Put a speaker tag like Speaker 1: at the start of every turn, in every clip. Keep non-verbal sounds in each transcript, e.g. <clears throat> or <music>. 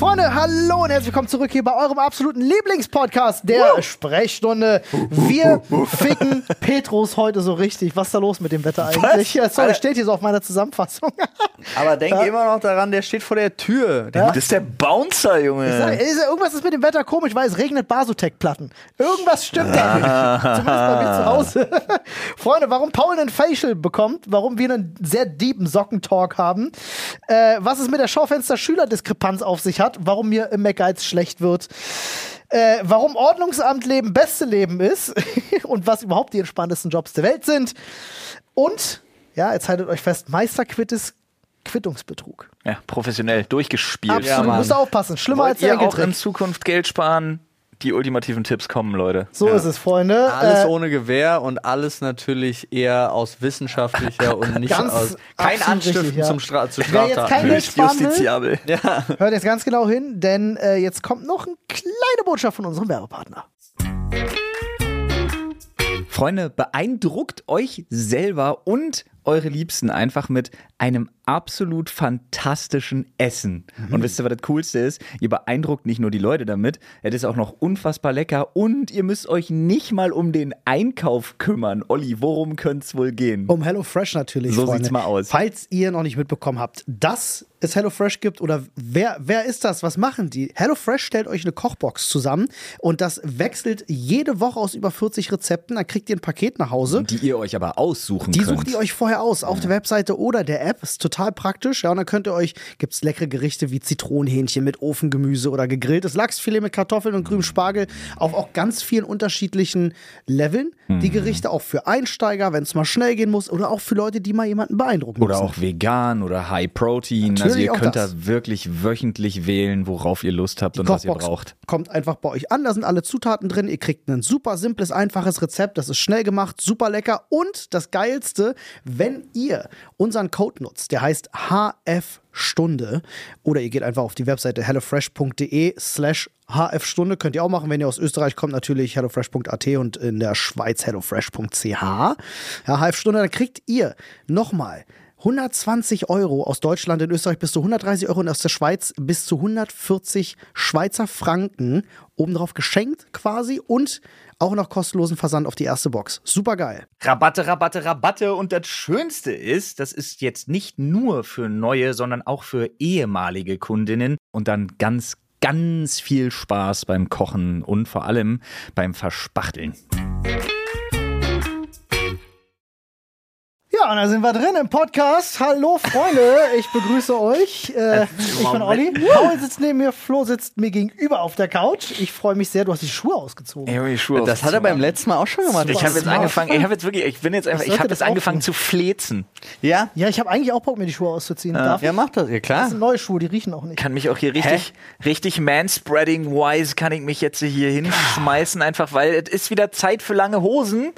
Speaker 1: hallo und herzlich willkommen zurück hier bei eurem absoluten Lieblingspodcast der Sprechstunde. Wir ficken Petrus heute so richtig. Was ist da los mit dem Wetter eigentlich? Ja, sorry,
Speaker 2: Alter.
Speaker 1: steht hier so auf meiner Zusammenfassung.
Speaker 2: Aber denk immer noch daran, der steht vor der Tür. Der-
Speaker 1: Ja.
Speaker 2: Das ist der Bouncer, Junge.
Speaker 1: Ist ja- Irgendwas ist mit dem Wetter komisch, weil es regnet Basotec-Platten. Irgendwas stimmt da nicht. Zumindest bei mir zu Hause. <laughs> Freunde, warum Paul einen Facial bekommt, warum wir einen sehr deepen Sockentalk haben, äh, was es mit der Schaufenster-Schüler-Diskrepanz auf sich hat, warum mir im McGuides schlecht wird, äh, warum Ordnungsamt Leben beste Leben ist <laughs> und was überhaupt die entspanntesten Jobs der Welt sind und, ja, jetzt haltet euch fest, Meisterquitt ist Quittungsbetrug.
Speaker 3: Ja, professionell durchgespielt.
Speaker 1: Absolut,
Speaker 2: Ja, Mann.
Speaker 1: musst du aufpassen. Schlimmer
Speaker 3: Wollt
Speaker 1: als der
Speaker 3: ihr auch
Speaker 1: Enkeltrick.
Speaker 3: in Zukunft Geld sparen? Die ultimativen Tipps kommen, Leute.
Speaker 1: So ist es, Freunde.
Speaker 2: Alles
Speaker 1: Äh,
Speaker 2: ohne Gewehr und alles natürlich eher aus wissenschaftlicher und nicht
Speaker 1: Ganz
Speaker 2: aus. Kein
Speaker 1: absolut
Speaker 2: Anstiften
Speaker 1: richtig, ja.
Speaker 2: zum Stra zu
Speaker 1: Wer jetzt
Speaker 2: Straftaten.
Speaker 1: kein Geld
Speaker 3: Höchst
Speaker 1: sparen will,
Speaker 3: justiziabel.
Speaker 1: hört jetzt ganz genau hin, denn äh, jetzt kommt noch eine kleine Botschaft von unserem Werbepartner.
Speaker 4: Freunde, beeindruckt euch selber und eure Liebsten einfach mit einem absolut fantastischen Essen.
Speaker 3: Mhm.
Speaker 4: Und wisst ihr, was das Coolste ist? Ihr beeindruckt nicht nur die Leute damit, es ist auch noch unfassbar lecker und ihr müsst euch nicht mal um den Einkauf kümmern. Olli, worum könnte es wohl gehen?
Speaker 1: Um HelloFresh natürlich.
Speaker 4: So
Speaker 1: Freunde.
Speaker 4: sieht's mal aus.
Speaker 1: Falls ihr noch nicht mitbekommen habt, dass es HelloFresh gibt oder wer, wer ist das? Was machen die? HelloFresh stellt euch eine Kochbox zusammen und das wechselt jede Woche aus über 40 Rezepten. Dann kriegt ihr ein Paket nach Hause.
Speaker 4: Die ihr euch aber aussuchen
Speaker 1: Die
Speaker 4: könnt.
Speaker 1: sucht ihr euch vorher aus, auf der Webseite oder der App. Ist total praktisch. Ja, und dann könnt ihr euch, gibt es leckere Gerichte wie Zitronenhähnchen mit Ofengemüse oder gegrilltes Lachsfilet mit Kartoffeln und
Speaker 4: Mhm.
Speaker 1: grünem Spargel. Auf auch ganz vielen unterschiedlichen Leveln.
Speaker 4: Mhm.
Speaker 1: Die Gerichte auch für Einsteiger, wenn es mal schnell gehen muss oder auch für Leute, die mal jemanden beeindrucken
Speaker 4: Oder
Speaker 1: müssen.
Speaker 4: auch vegan oder High Protein. also
Speaker 1: Natürlich
Speaker 4: ihr
Speaker 1: auch
Speaker 4: könnt
Speaker 1: das.
Speaker 4: da wirklich wöchentlich wählen, worauf ihr Lust habt und was ihr
Speaker 1: Kochbox
Speaker 4: braucht.
Speaker 1: Kommt einfach bei euch an, da sind alle Zutaten drin. Ihr kriegt ein super simples, einfaches Rezept. Das ist schnell gemacht, super lecker. Und das Geilste, wenn ihr unseren Code nutzt, der heißt HF-Stunde, oder ihr geht einfach auf die Webseite hellofresh.de slash HF-Stunde. Könnt ihr auch machen, wenn ihr aus Österreich kommt, natürlich hellofresh.at und in der Schweiz hellofresh.ch. Ja, HF-Stunde, dann kriegt ihr nochmal 120 Euro aus Deutschland, in Österreich bis zu 130 Euro und aus der Schweiz bis zu 140 Schweizer Franken obendrauf geschenkt quasi und auch noch kostenlosen Versand auf die erste Box. Super geil.
Speaker 3: Rabatte, Rabatte, Rabatte. Und das Schönste ist, das ist jetzt nicht nur für neue, sondern auch für ehemalige Kundinnen.
Speaker 4: und dann ganz, ganz viel Spaß beim Kochen und vor allem beim Verspachteln.
Speaker 1: Ja, und da sind wir drin im Podcast. Hallo Freunde, ich begrüße euch. Äh, ich bin Olli. Paul sitzt neben mir, Flo sitzt mir gegenüber auf der Couch. Ich freue mich sehr, du hast die Schuhe ausgezogen.
Speaker 3: Ich hab die Schuhe
Speaker 2: Das hat er beim
Speaker 3: aufgezogen.
Speaker 2: letzten Mal auch schon gemacht.
Speaker 3: Ich habe jetzt
Speaker 1: Smart.
Speaker 3: angefangen, ich habe jetzt wirklich, ich bin jetzt einfach,
Speaker 1: Ich
Speaker 3: ich,
Speaker 1: sollte
Speaker 3: habe
Speaker 1: das
Speaker 3: jetzt angefangen
Speaker 1: auch
Speaker 3: zu flezen.
Speaker 2: ja,
Speaker 1: Ja, ich habe eigentlich auch Bock, mir die Schuhe auszuziehen. Darf
Speaker 2: ja,
Speaker 1: ich?
Speaker 2: macht das, ja
Speaker 1: Das
Speaker 2: klar.
Speaker 1: sind neue Schuhe, die riechen auch nicht.
Speaker 3: Kann mich auch hier richtig, richtig manspreading-wise kann ich mich jetzt hier hinschmeißen, einfach weil es ist wieder Zeit für lange Hosen.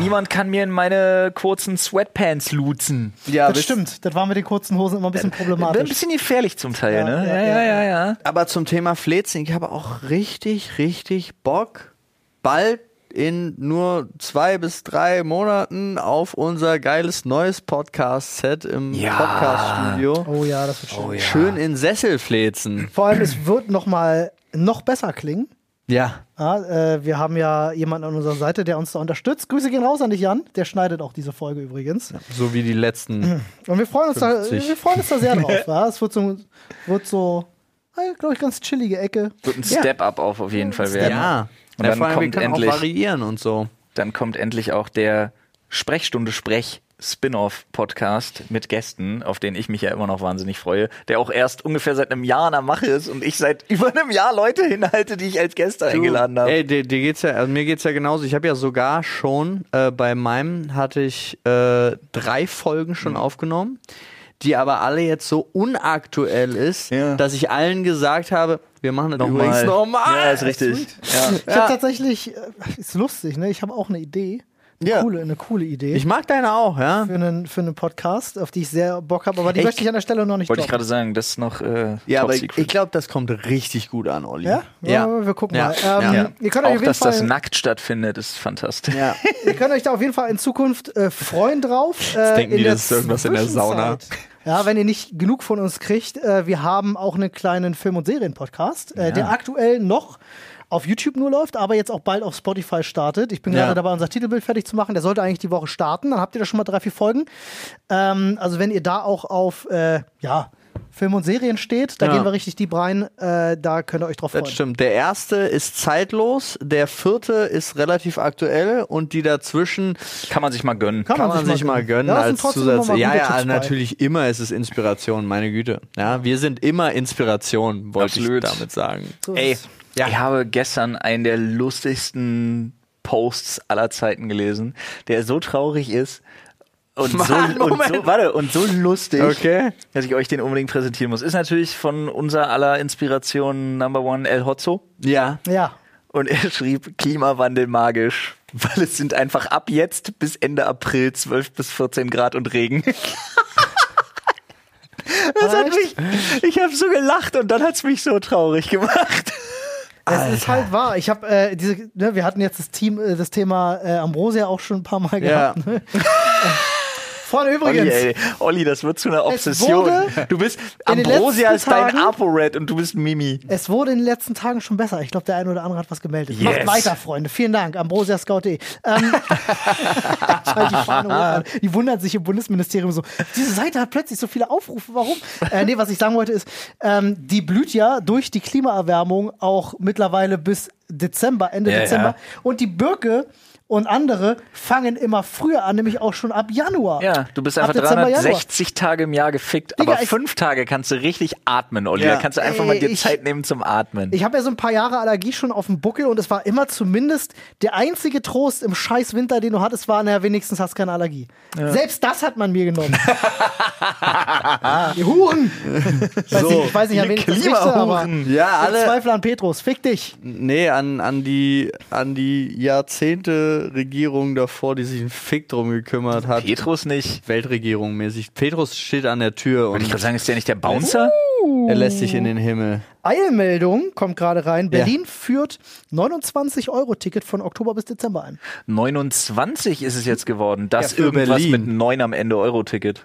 Speaker 3: Niemand kann mir in meine kurzen Sweatpants lutzen.
Speaker 2: Ja,
Speaker 1: das
Speaker 2: wisst-
Speaker 1: stimmt, das war mit den kurzen Hosen immer ein bisschen
Speaker 3: Ein
Speaker 1: problematisch.
Speaker 3: bisschen gefährlich zum Teil, ne?
Speaker 1: ja,
Speaker 3: ja, ja. ja.
Speaker 2: Aber zum Thema Flezen, ich habe auch richtig, richtig Bock, bald in nur zwei bis drei Monaten auf unser geiles neues Podcast-Set im Podcast-Studio.
Speaker 1: Oh ja, das wird schön.
Speaker 2: Schön in Sessel flezen.
Speaker 1: Vor allem, es wird noch mal noch besser klingen.
Speaker 2: Ja.
Speaker 1: Ja, äh, wir haben ja jemanden an unserer Seite, der uns da unterstützt. Grüße gehen raus an dich, Jan. Der schneidet auch diese Folge übrigens.
Speaker 2: So wie die letzten.
Speaker 1: Und wir freuen uns, da,
Speaker 2: 50.
Speaker 1: wir freuen uns da sehr drauf. ja. Es wird so, wird so glaube ich, ganz chillige Ecke.
Speaker 3: Wird ein Step-Up auf, auf jeden Fall werden.
Speaker 2: Ja.
Speaker 3: Und dann
Speaker 2: vor allem,
Speaker 3: kommt
Speaker 2: wir können
Speaker 3: endlich-
Speaker 2: auch variieren und so.
Speaker 3: Dann kommt endlich auch der Sprechstunde Sprech Spin-off Podcast mit Gästen, auf den ich mich ja immer noch wahnsinnig freue, der auch erst ungefähr seit einem Jahr in der Mache ist und ich seit <laughs> über einem Jahr Leute hinhalte, die ich als Gäste eingeladen habe.
Speaker 2: Ey, dir, dir geht's ja, also mir geht's ja genauso. Ich habe ja sogar schon äh, bei meinem hatte ich äh, drei Folgen schon
Speaker 3: Hm.
Speaker 2: aufgenommen, die aber alle jetzt so unaktuell ist,
Speaker 3: Ja.
Speaker 2: dass ich allen gesagt habe, wir machen das
Speaker 3: Nochmal.
Speaker 2: übrigens nochmal.
Speaker 3: Ja, ist richtig. Ja.
Speaker 1: Ich habe tatsächlich, äh, ist lustig, ne? Ich habe auch eine Idee. Eine,
Speaker 2: Ja.
Speaker 1: coole, eine coole Idee
Speaker 2: Ich mag deine auch, ja.
Speaker 1: für, einen, für einen Podcast, auf die ich sehr Bock habe. Aber die
Speaker 2: Echt?
Speaker 1: möchte ich an der Stelle noch nicht
Speaker 3: Wollte ich
Speaker 1: droppen.
Speaker 3: gerade sagen, das ist noch äh,
Speaker 2: Ja,
Speaker 3: top
Speaker 2: aber ich,
Speaker 3: secret.
Speaker 2: ich glaube, das kommt richtig gut an, Olli.
Speaker 1: Ja?
Speaker 2: ja.
Speaker 1: Ja, wir gucken
Speaker 2: ja.
Speaker 1: mal. Ähm,
Speaker 2: ja.
Speaker 1: Ihr könnt euch auf
Speaker 3: auch
Speaker 1: jeden
Speaker 3: dass das
Speaker 1: Fall-
Speaker 3: nackt stattfindet, ist fantastisch.
Speaker 2: ja.
Speaker 1: Ihr könnt euch da auf jeden Fall in Zukunft äh, freuen drauf. Äh,
Speaker 2: <laughs> denken
Speaker 1: in
Speaker 2: die,
Speaker 1: der
Speaker 2: das ist irgendwas in der Sauna.
Speaker 1: Zwischenzeit-
Speaker 5: Ja, wenn ihr nicht genug von uns kriegt, äh, wir haben auch einen kleinen Film- und Serien-Podcast, äh, der aktuell noch auf YouTube nur läuft, aber jetzt auch bald auf Spotify startet. Ich bin gerade
Speaker 2: Ja.
Speaker 5: dabei, unser Titelbild fertig zu machen. Der sollte eigentlich die Woche starten. Dann habt ihr da schon mal drei, vier Folgen. Ähm, also wenn ihr da auch auf äh, ja, Film und Serien steht, da
Speaker 2: Ja.
Speaker 5: gehen wir richtig deep rein. Äh, da könnt ihr euch drauf freuen.
Speaker 2: Das stimmt. Der erste ist zeitlos, der vierte ist relativ aktuell und die dazwischen
Speaker 3: Kann man sich mal gönnen.
Speaker 5: Kann
Speaker 2: kann man sich mal gönnen
Speaker 5: Ja, das sind
Speaker 2: als
Speaker 5: trotzdem immer
Speaker 2: Zusatz.
Speaker 5: mal gute
Speaker 2: Ja, ja,
Speaker 5: Tipps bei.
Speaker 2: natürlich immer ist es Inspiration, meine Güte. Ja, wir sind immer Inspiration, wollte
Speaker 3: Absolut.
Speaker 2: ich damit sagen.
Speaker 5: So ist
Speaker 3: Ey,
Speaker 5: es.
Speaker 3: ich habe gestern einen der lustigsten Posts aller Zeiten gelesen, der so traurig ist
Speaker 2: <laughs>
Speaker 3: und,
Speaker 2: Mann,
Speaker 3: so, und so
Speaker 2: Moment.
Speaker 3: warte und so lustig,
Speaker 2: Okay.
Speaker 3: dass ich euch den unbedingt präsentieren muss. Ist natürlich von unser aller Inspiration Number One El Hotzo.
Speaker 2: Ja. <laughs>
Speaker 5: Ja.
Speaker 3: Und er schrieb Klimawandel magisch, weil es sind einfach ab jetzt bis Ende April 12 bis 14 Grad und
Speaker 5: <laughs>
Speaker 3: Regen. Das hat mich, ich habe so gelacht und dann hat's mich so traurig gemacht.
Speaker 5: Es ist halt wahr. Ich habe äh, diese, ne, wir hatten jetzt das Team, äh, das Thema äh, Ambrosia auch schon ein paar Mal
Speaker 2: Ja.
Speaker 5: gehabt. Ne? Vorne übrigens.
Speaker 3: Olli, ey, Olli, das wird zu einer Obsession.
Speaker 5: wurde
Speaker 3: Du bist
Speaker 5: in den
Speaker 3: Ambrosia
Speaker 5: letzten
Speaker 3: ist dein
Speaker 5: Tagen-
Speaker 3: ApoRed und du bist ein Mimi.
Speaker 5: Es wurde in den letzten Tagen schon besser. Ich glaube, der eine oder andere hat was gemeldet.
Speaker 3: Yes.
Speaker 5: Macht weiter, Freunde. Vielen Dank. Ambrosiascout.de.
Speaker 3: <laughs>
Speaker 5: Ähm, <laughs> ich halt die, Fahne hoch an. die wundert sich im Bundesministerium so. Diese Seite hat plötzlich so viele Aufrufe. Warum? Äh, nee, was ich sagen wollte ist, ähm, die blüht ja durch die Klimaerwärmung auch mittlerweile bis Dezember, Ende
Speaker 3: Ja,
Speaker 5: Dezember.
Speaker 3: ja.
Speaker 5: Und die Birke und andere fangen immer früher an, nämlich auch schon ab Januar.
Speaker 3: Ja, du bist einfach
Speaker 5: ab Dezember, Januar.
Speaker 3: 360 Tage im Jahr gefickt,
Speaker 5: Digga,
Speaker 3: aber
Speaker 5: ich-
Speaker 3: fünf Tage kannst du richtig atmen, Olli.
Speaker 2: Ja.
Speaker 3: Da kannst du einfach
Speaker 5: Ey,
Speaker 3: mal dir
Speaker 5: ich-
Speaker 3: Zeit nehmen zum Atmen.
Speaker 5: Ich habe ja so ein paar Jahre Allergie schon auf dem Buckel und es war immer zumindest der einzige Trost im scheiß Winter, den du hattest, war, naja, wenigstens hast du keine Allergie. Selbst das hat man mir genommen. Ihr Huren! Weiß
Speaker 2: So.
Speaker 5: nicht, ich weiß nicht, an
Speaker 3: Ihr
Speaker 5: wen ich das richte, aber
Speaker 3: Klimahuren.
Speaker 2: Ja,
Speaker 5: alle
Speaker 2: alle,
Speaker 5: Zweifel an Petrus, fick dich.
Speaker 2: nee, an, an die, an die Jahrzehnte Regierung davor, die sich einen Fick drum gekümmert hat.
Speaker 3: Petrus nicht.
Speaker 2: Weltregierung mäßig. Petrus steht an der Tür
Speaker 3: Wollte ich
Speaker 2: und
Speaker 3: gerade sagen, ist der nicht der Bouncer?
Speaker 2: er lässt sich in den Himmel.
Speaker 5: Eilmeldung kommt gerade rein. Berlin führt 29-Euro-Ticket von Oktober bis Dezember ein.
Speaker 3: 29 ist es jetzt geworden. Das
Speaker 2: Ja, für
Speaker 3: irgendwas
Speaker 2: Berlin.
Speaker 3: mit 9 am Ende Euro-Ticket.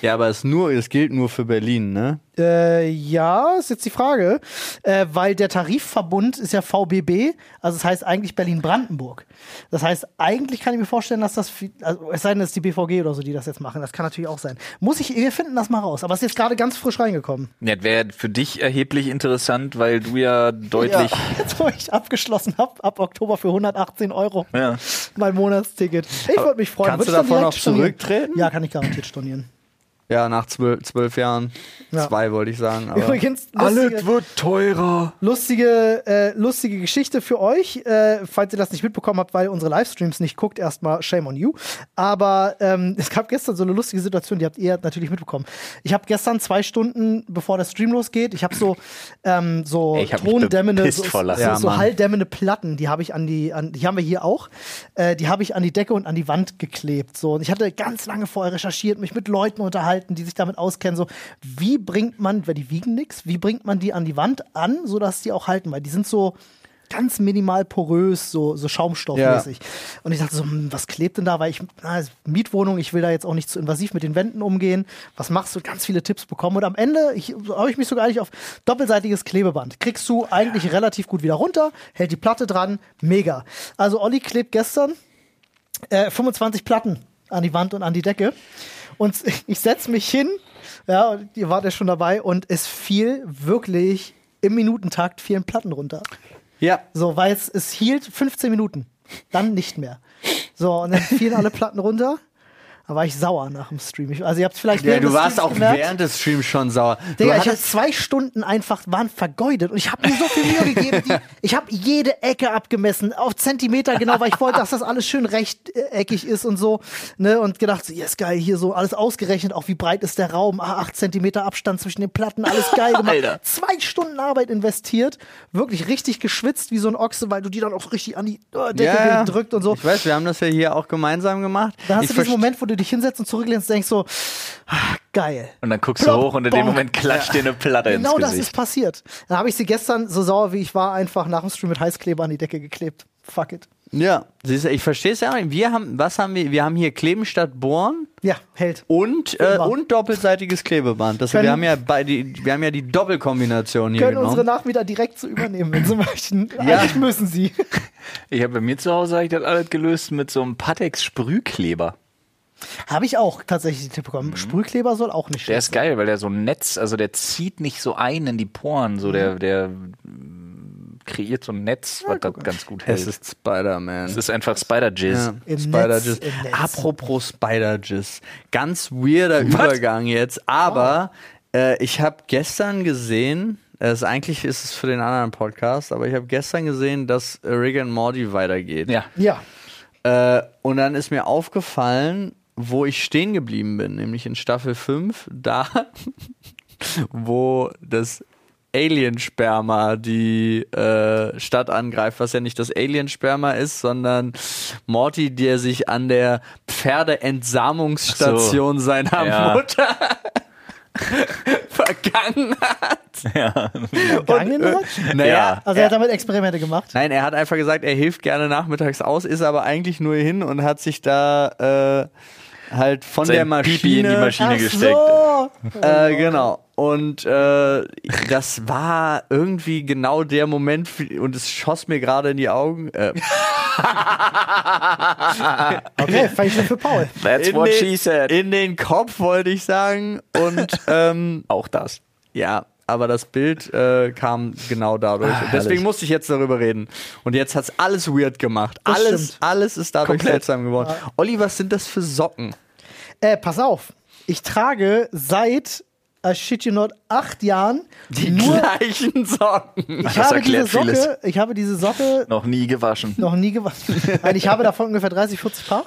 Speaker 2: Ja, aber es nur, es gilt nur für Berlin, ne?
Speaker 5: Äh, ja, ist jetzt die Frage, äh, weil der Tarifverbund ist ja VBB, also das heißt eigentlich Berlin-Brandenburg. Das heißt, eigentlich kann ich mir vorstellen, dass das, viel- also es sei denn, es ist die BVG oder so, die das jetzt machen, das kann natürlich auch sein. Muss ich, wir finden das mal raus, aber es ist jetzt gerade ganz frisch reingekommen.
Speaker 3: Ja, wäre für dich erheblich interessant, weil du ja deutlich.
Speaker 5: Jetzt, wo ich abgeschlossen habe, ab Oktober für 118 Euro
Speaker 3: Ja.
Speaker 5: mein Monatsticket. Ich würde mich freuen.
Speaker 2: kannst
Speaker 5: Würd
Speaker 2: du
Speaker 5: ich
Speaker 2: davon
Speaker 5: dann direkt
Speaker 2: noch
Speaker 5: stornieren.
Speaker 2: zurücktreten?
Speaker 5: Ja, kann ich garantiert stornieren.
Speaker 2: Ja, nach zwölf, zwölf Jahren.
Speaker 5: Ja.
Speaker 2: Zwei wollte ich sagen. Aber
Speaker 5: Übrigens, lustige-
Speaker 3: wird teurer.
Speaker 5: Lustige, äh, lustige Geschichte für euch, äh, falls ihr das nicht mitbekommen habt, weil ihr unsere Livestreams nicht guckt, erstmal shame on you. Aber ähm, <laughs> es gab gestern so eine lustige Situation, die habt ihr natürlich mitbekommen. Ich habe gestern zwei Stunden, bevor der Stream losgeht, ich habe so, ähm, so
Speaker 3: Ey, ich hab mich
Speaker 5: tondämmende,
Speaker 3: bepisst
Speaker 5: so, so,
Speaker 3: vor Lachen.
Speaker 2: Ja,
Speaker 5: so
Speaker 2: Mann.
Speaker 5: halldämmende Platten, die habe ich an die, an, die haben wir hier auch, äh, die habe ich an die Decke und an die Wand geklebt. So. Und ich hatte ganz lange vorher recherchiert, mich mit Leuten unterhalten, die sich damit auskennen. So, wie bringt man, weil die wiegen nichts, wie bringt man die an die Wand an, sodass die auch halten? Weil die sind so ganz minimal porös, so, so schaumstoffmäßig. Und ich dachte so, hm, was klebt denn da? Weil ich, na, ist Mietwohnung, ich will da jetzt auch nicht zu invasiv mit den Wänden umgehen. Was machst du? Ganz viele Tipps bekommen. Und am Ende ich- habe ich mich sogar eigentlich auf doppelseitiges Klebeband. Kriegst du eigentlich relativ gut wieder runter, hält die Platte dran, mega. Also Olli klebt gestern äh, 25 Platten an die Wand und an die Decke. Und <laughs> ich setze mich hin, ja, und ihr wart ja schon dabei, und es fiel wirklich im Minutentakt vielen Platten runter.
Speaker 2: ja,
Speaker 5: So, weil es, es hielt 15 Minuten. Dann nicht mehr. So, und dann fielen alle Platten runter. Da war ich sauer nach dem Stream. Ich, also ihr habt vielleicht
Speaker 2: ja
Speaker 5: während
Speaker 2: du
Speaker 5: des
Speaker 2: warst
Speaker 5: Streams
Speaker 2: auch
Speaker 5: gemerkt,
Speaker 2: während des Streams schon sauer. Du
Speaker 5: Digga, ich habe
Speaker 2: hattest-
Speaker 5: zwei Stunden einfach waren vergeudet und ich habe mir so viel Mühe gegeben.
Speaker 2: <laughs>
Speaker 5: Die, ich habe jede Ecke abgemessen, auf Zentimeter genau, weil ich wollte, dass das alles schön rechteckig ist und so. Ne? Und gedacht, so, yes, geil, hier so alles ausgerechnet, auch wie breit ist der Raum, ah, acht Zentimeter Abstand zwischen den Platten, alles geil gemacht.
Speaker 3: Alter.
Speaker 5: Zwei Stunden Arbeit investiert, wirklich richtig geschwitzt wie so ein Ochse, weil du die dann auch richtig an die äh, Decke
Speaker 2: ja, ja.
Speaker 5: drückt und so.
Speaker 2: Ich weiß, wir haben das ja hier auch gemeinsem gemacht.
Speaker 5: Da hast
Speaker 2: ich
Speaker 5: du diesen
Speaker 2: verste-
Speaker 5: Moment, wo du dich hinsetzt und zurücklehnst und denkst so, ah, geil.
Speaker 3: Und dann guckst
Speaker 5: Plopp,
Speaker 3: du hoch und in dem
Speaker 5: bonk.
Speaker 3: Moment klatscht dir eine Platte
Speaker 5: Genau
Speaker 3: ins
Speaker 5: das
Speaker 3: Gesicht.
Speaker 5: ist passiert. Dann habe ich sie gestern, so sauer wie ich war, einfach nach dem Stream mit Heißkleber an die Decke geklebt. Fuck it.
Speaker 2: Ja, siehst du, ich verstehe es ja auch nicht. Wir haben, was haben wir? Wir haben hier Kleben statt Bohren
Speaker 5: Ja, hält.
Speaker 3: Oh,
Speaker 2: und, äh,
Speaker 5: Klebeband.
Speaker 2: und doppelseitiges Klebeband. Das, wir,
Speaker 5: Können-
Speaker 2: haben ja bei die, wir haben ja die Doppelkombination hier
Speaker 5: Können unsere
Speaker 2: genommen.
Speaker 3: genau.
Speaker 5: Nachmieter direkt zu übernehmen, wenn sie <laughs> möchten. Eigentlich müssen sie. <laughs>
Speaker 3: Ich habe bei mir zu Hause hab ich das alles gelöst mit so einem Patex Sprühkleber.
Speaker 5: Habe ich auch tatsächlich den Tipp bekommen. Sprühkleber soll auch nicht
Speaker 3: Mhm. Der
Speaker 5: schlecht
Speaker 3: ist geil, weil der so ein Netz, also der zieht nicht so ein in die Poren, so der der mm, kreiert so ein Netz, was das ganz gut hält.
Speaker 2: Es ist Spider-Man.
Speaker 3: Es ist einfach Spider Jizz.
Speaker 2: Ja,
Speaker 5: Im
Speaker 2: Spider-Jizz.
Speaker 5: Netz, im Netz.
Speaker 2: Apropos Spider-Jizz. Ganz weirder Übergang jetzt, aber äh, ich habe gestern gesehen, äh, es, eigentlich ist es für den anderen Podcast, aber ich habe gestern gesehen, dass Rick and Morty weitergeht.
Speaker 3: Ja.
Speaker 5: Ja.
Speaker 2: Äh, und dann ist mir aufgefallen, wo ich stehen geblieben bin, nämlich in Staffel 5, da, <laughs> wo das Aliensperma die äh, Stadt angreift, was ja nicht das Aliensperma ist, sondern Morty, der sich an der Pferdeentsamungsstation seiner
Speaker 3: Ja.
Speaker 2: Mutter <laughs> vergangen hat.
Speaker 3: äh,
Speaker 5: Gegangen hat?
Speaker 2: Naja,
Speaker 3: Ja.
Speaker 5: Also er hat damit Experimente gemacht.
Speaker 2: Nein, er hat einfach gesagt, er hilft gerne nachmittags aus, ist aber eigentlich nur hin und hat sich da äh, halt von
Speaker 3: Sein
Speaker 2: der Maschine.
Speaker 3: Pipi in die Maschine gesteckt.
Speaker 5: so.
Speaker 2: Äh, genau. Und äh, das war irgendwie genau der Moment, wie- und es schoss mir gerade in die Augen. Äh,
Speaker 5: Okay, fängt für Paul.
Speaker 3: That's
Speaker 2: in,
Speaker 3: what
Speaker 2: den,
Speaker 3: she said.
Speaker 2: in den Kopf, wollte ich sagen. Und ähm,
Speaker 3: Auch das.
Speaker 2: ja, aber das Bild äh, kam genau dadurch.
Speaker 3: Ah,
Speaker 2: Und Deswegen
Speaker 3: herrlich.
Speaker 2: musste ich jetzt darüber reden. Und jetzt hat's alles weird gemacht.
Speaker 5: Das
Speaker 2: alles,
Speaker 5: stimmt.
Speaker 2: alles ist dadurch
Speaker 3: Komplett.
Speaker 2: seltsam geworden. Olli, was sind das für Socken?
Speaker 5: Äh, pass auf. Ich trage seit, I shit you not, acht Jahren
Speaker 2: Die
Speaker 5: nur.
Speaker 2: gleichen Socken.
Speaker 5: Ich habe, diese
Speaker 3: erklärt vieles.
Speaker 5: Socke, ich habe diese Socke
Speaker 3: Noch nie gewaschen.
Speaker 5: noch nie gewaschen.
Speaker 3: <laughs>
Speaker 5: Nein, ich habe davon ungefähr 30, 40 Paar.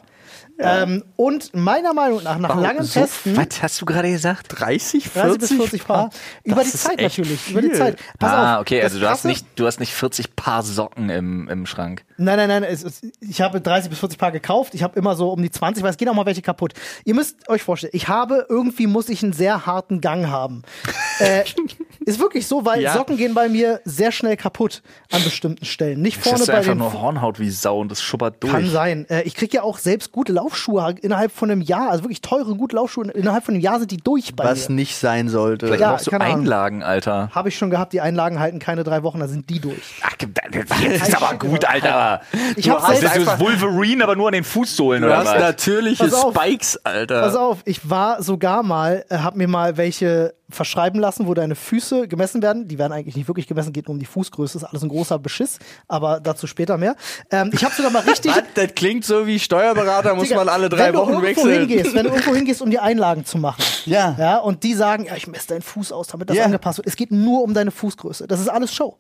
Speaker 5: Ähm, und meiner Meinung nach, nach
Speaker 2: Warum
Speaker 5: langem
Speaker 2: so
Speaker 5: Testen.
Speaker 3: Was hast du gerade gesagt?
Speaker 2: 30,
Speaker 5: 30
Speaker 2: 40,
Speaker 5: bis 40 Paar. Über die Zeit natürlich. Über die Zeit. Pass
Speaker 3: ah,
Speaker 5: auf,
Speaker 3: okay,
Speaker 5: das
Speaker 3: also du hast,
Speaker 5: Krasse-
Speaker 3: nicht, du hast nicht 40 Paar Socken im, im Schrank.
Speaker 5: Nein, nein, nein. Es, es, ich habe 30 bis 40 Paar gekauft. Ich habe immer so um die 20, weil es gehen auch mal welche kaputt. Ihr müsst euch vorstellen, ich habe irgendwie muss ich einen sehr harten Gang
Speaker 3: <laughs>
Speaker 5: haben. äh, ist wirklich so, weil
Speaker 2: Ja.
Speaker 5: Socken gehen bei mir sehr schnell kaputt an bestimmten Stellen. Nicht
Speaker 3: Das
Speaker 5: vorne
Speaker 3: ist
Speaker 5: bei
Speaker 3: einfach
Speaker 5: den
Speaker 3: nur Hornhaut wie Sau und das schubbert durch.
Speaker 5: Kann sein. Äh, ich kriege ja auch selbst gute Laufschuhe innerhalb von einem Jahr, also wirklich teure, gute Laufschuhe. Innerhalb von einem Jahr sind die durch bei
Speaker 2: Was
Speaker 5: mir.
Speaker 2: nicht sein sollte.
Speaker 3: Vielleicht
Speaker 5: Ja,
Speaker 3: brauchst du
Speaker 5: keine Ahnung.
Speaker 3: Einlagen, Alter.
Speaker 5: Habe ich schon gehabt, die Einlagen halten keine drei Wochen, da sind die durch.
Speaker 3: Ach, jetzt ist aber gut, Alter.
Speaker 5: Ich
Speaker 3: du
Speaker 5: hab
Speaker 3: hast
Speaker 5: selbst-
Speaker 3: das Wolverine, aber nur an den Fußsohlen,
Speaker 2: Du
Speaker 3: oder
Speaker 2: hast
Speaker 3: was?
Speaker 2: natürliche
Speaker 5: Pass auf.
Speaker 2: Spikes, Alter.
Speaker 5: Pass auf, ich war sogar mal, äh, habe mir mal welche verschreiben lassen, wo deine Füße gemessen werden. Die werden eigentlich nicht wirklich gemessen, geht nur um die Fußgröße, ist alles ein großer Beschiss, aber dazu später mehr. Ähm, ich habe sogar mal richtig.
Speaker 2: Was? Das klingt so wie Steuerberater, muss
Speaker 5: Digga,
Speaker 2: man alle drei
Speaker 5: wenn du
Speaker 2: Wochen
Speaker 5: irgendwo
Speaker 2: wechseln.
Speaker 5: Hingehst, wenn du irgendwo hingehst, um die Einlagen zu machen.
Speaker 2: <laughs> Ja.
Speaker 5: ja und die sagen, ja, ich messe deinen Fuß aus, damit das
Speaker 2: Ja.
Speaker 5: angepasst wird. Es geht nur um deine Fußgröße. Das ist alles Show.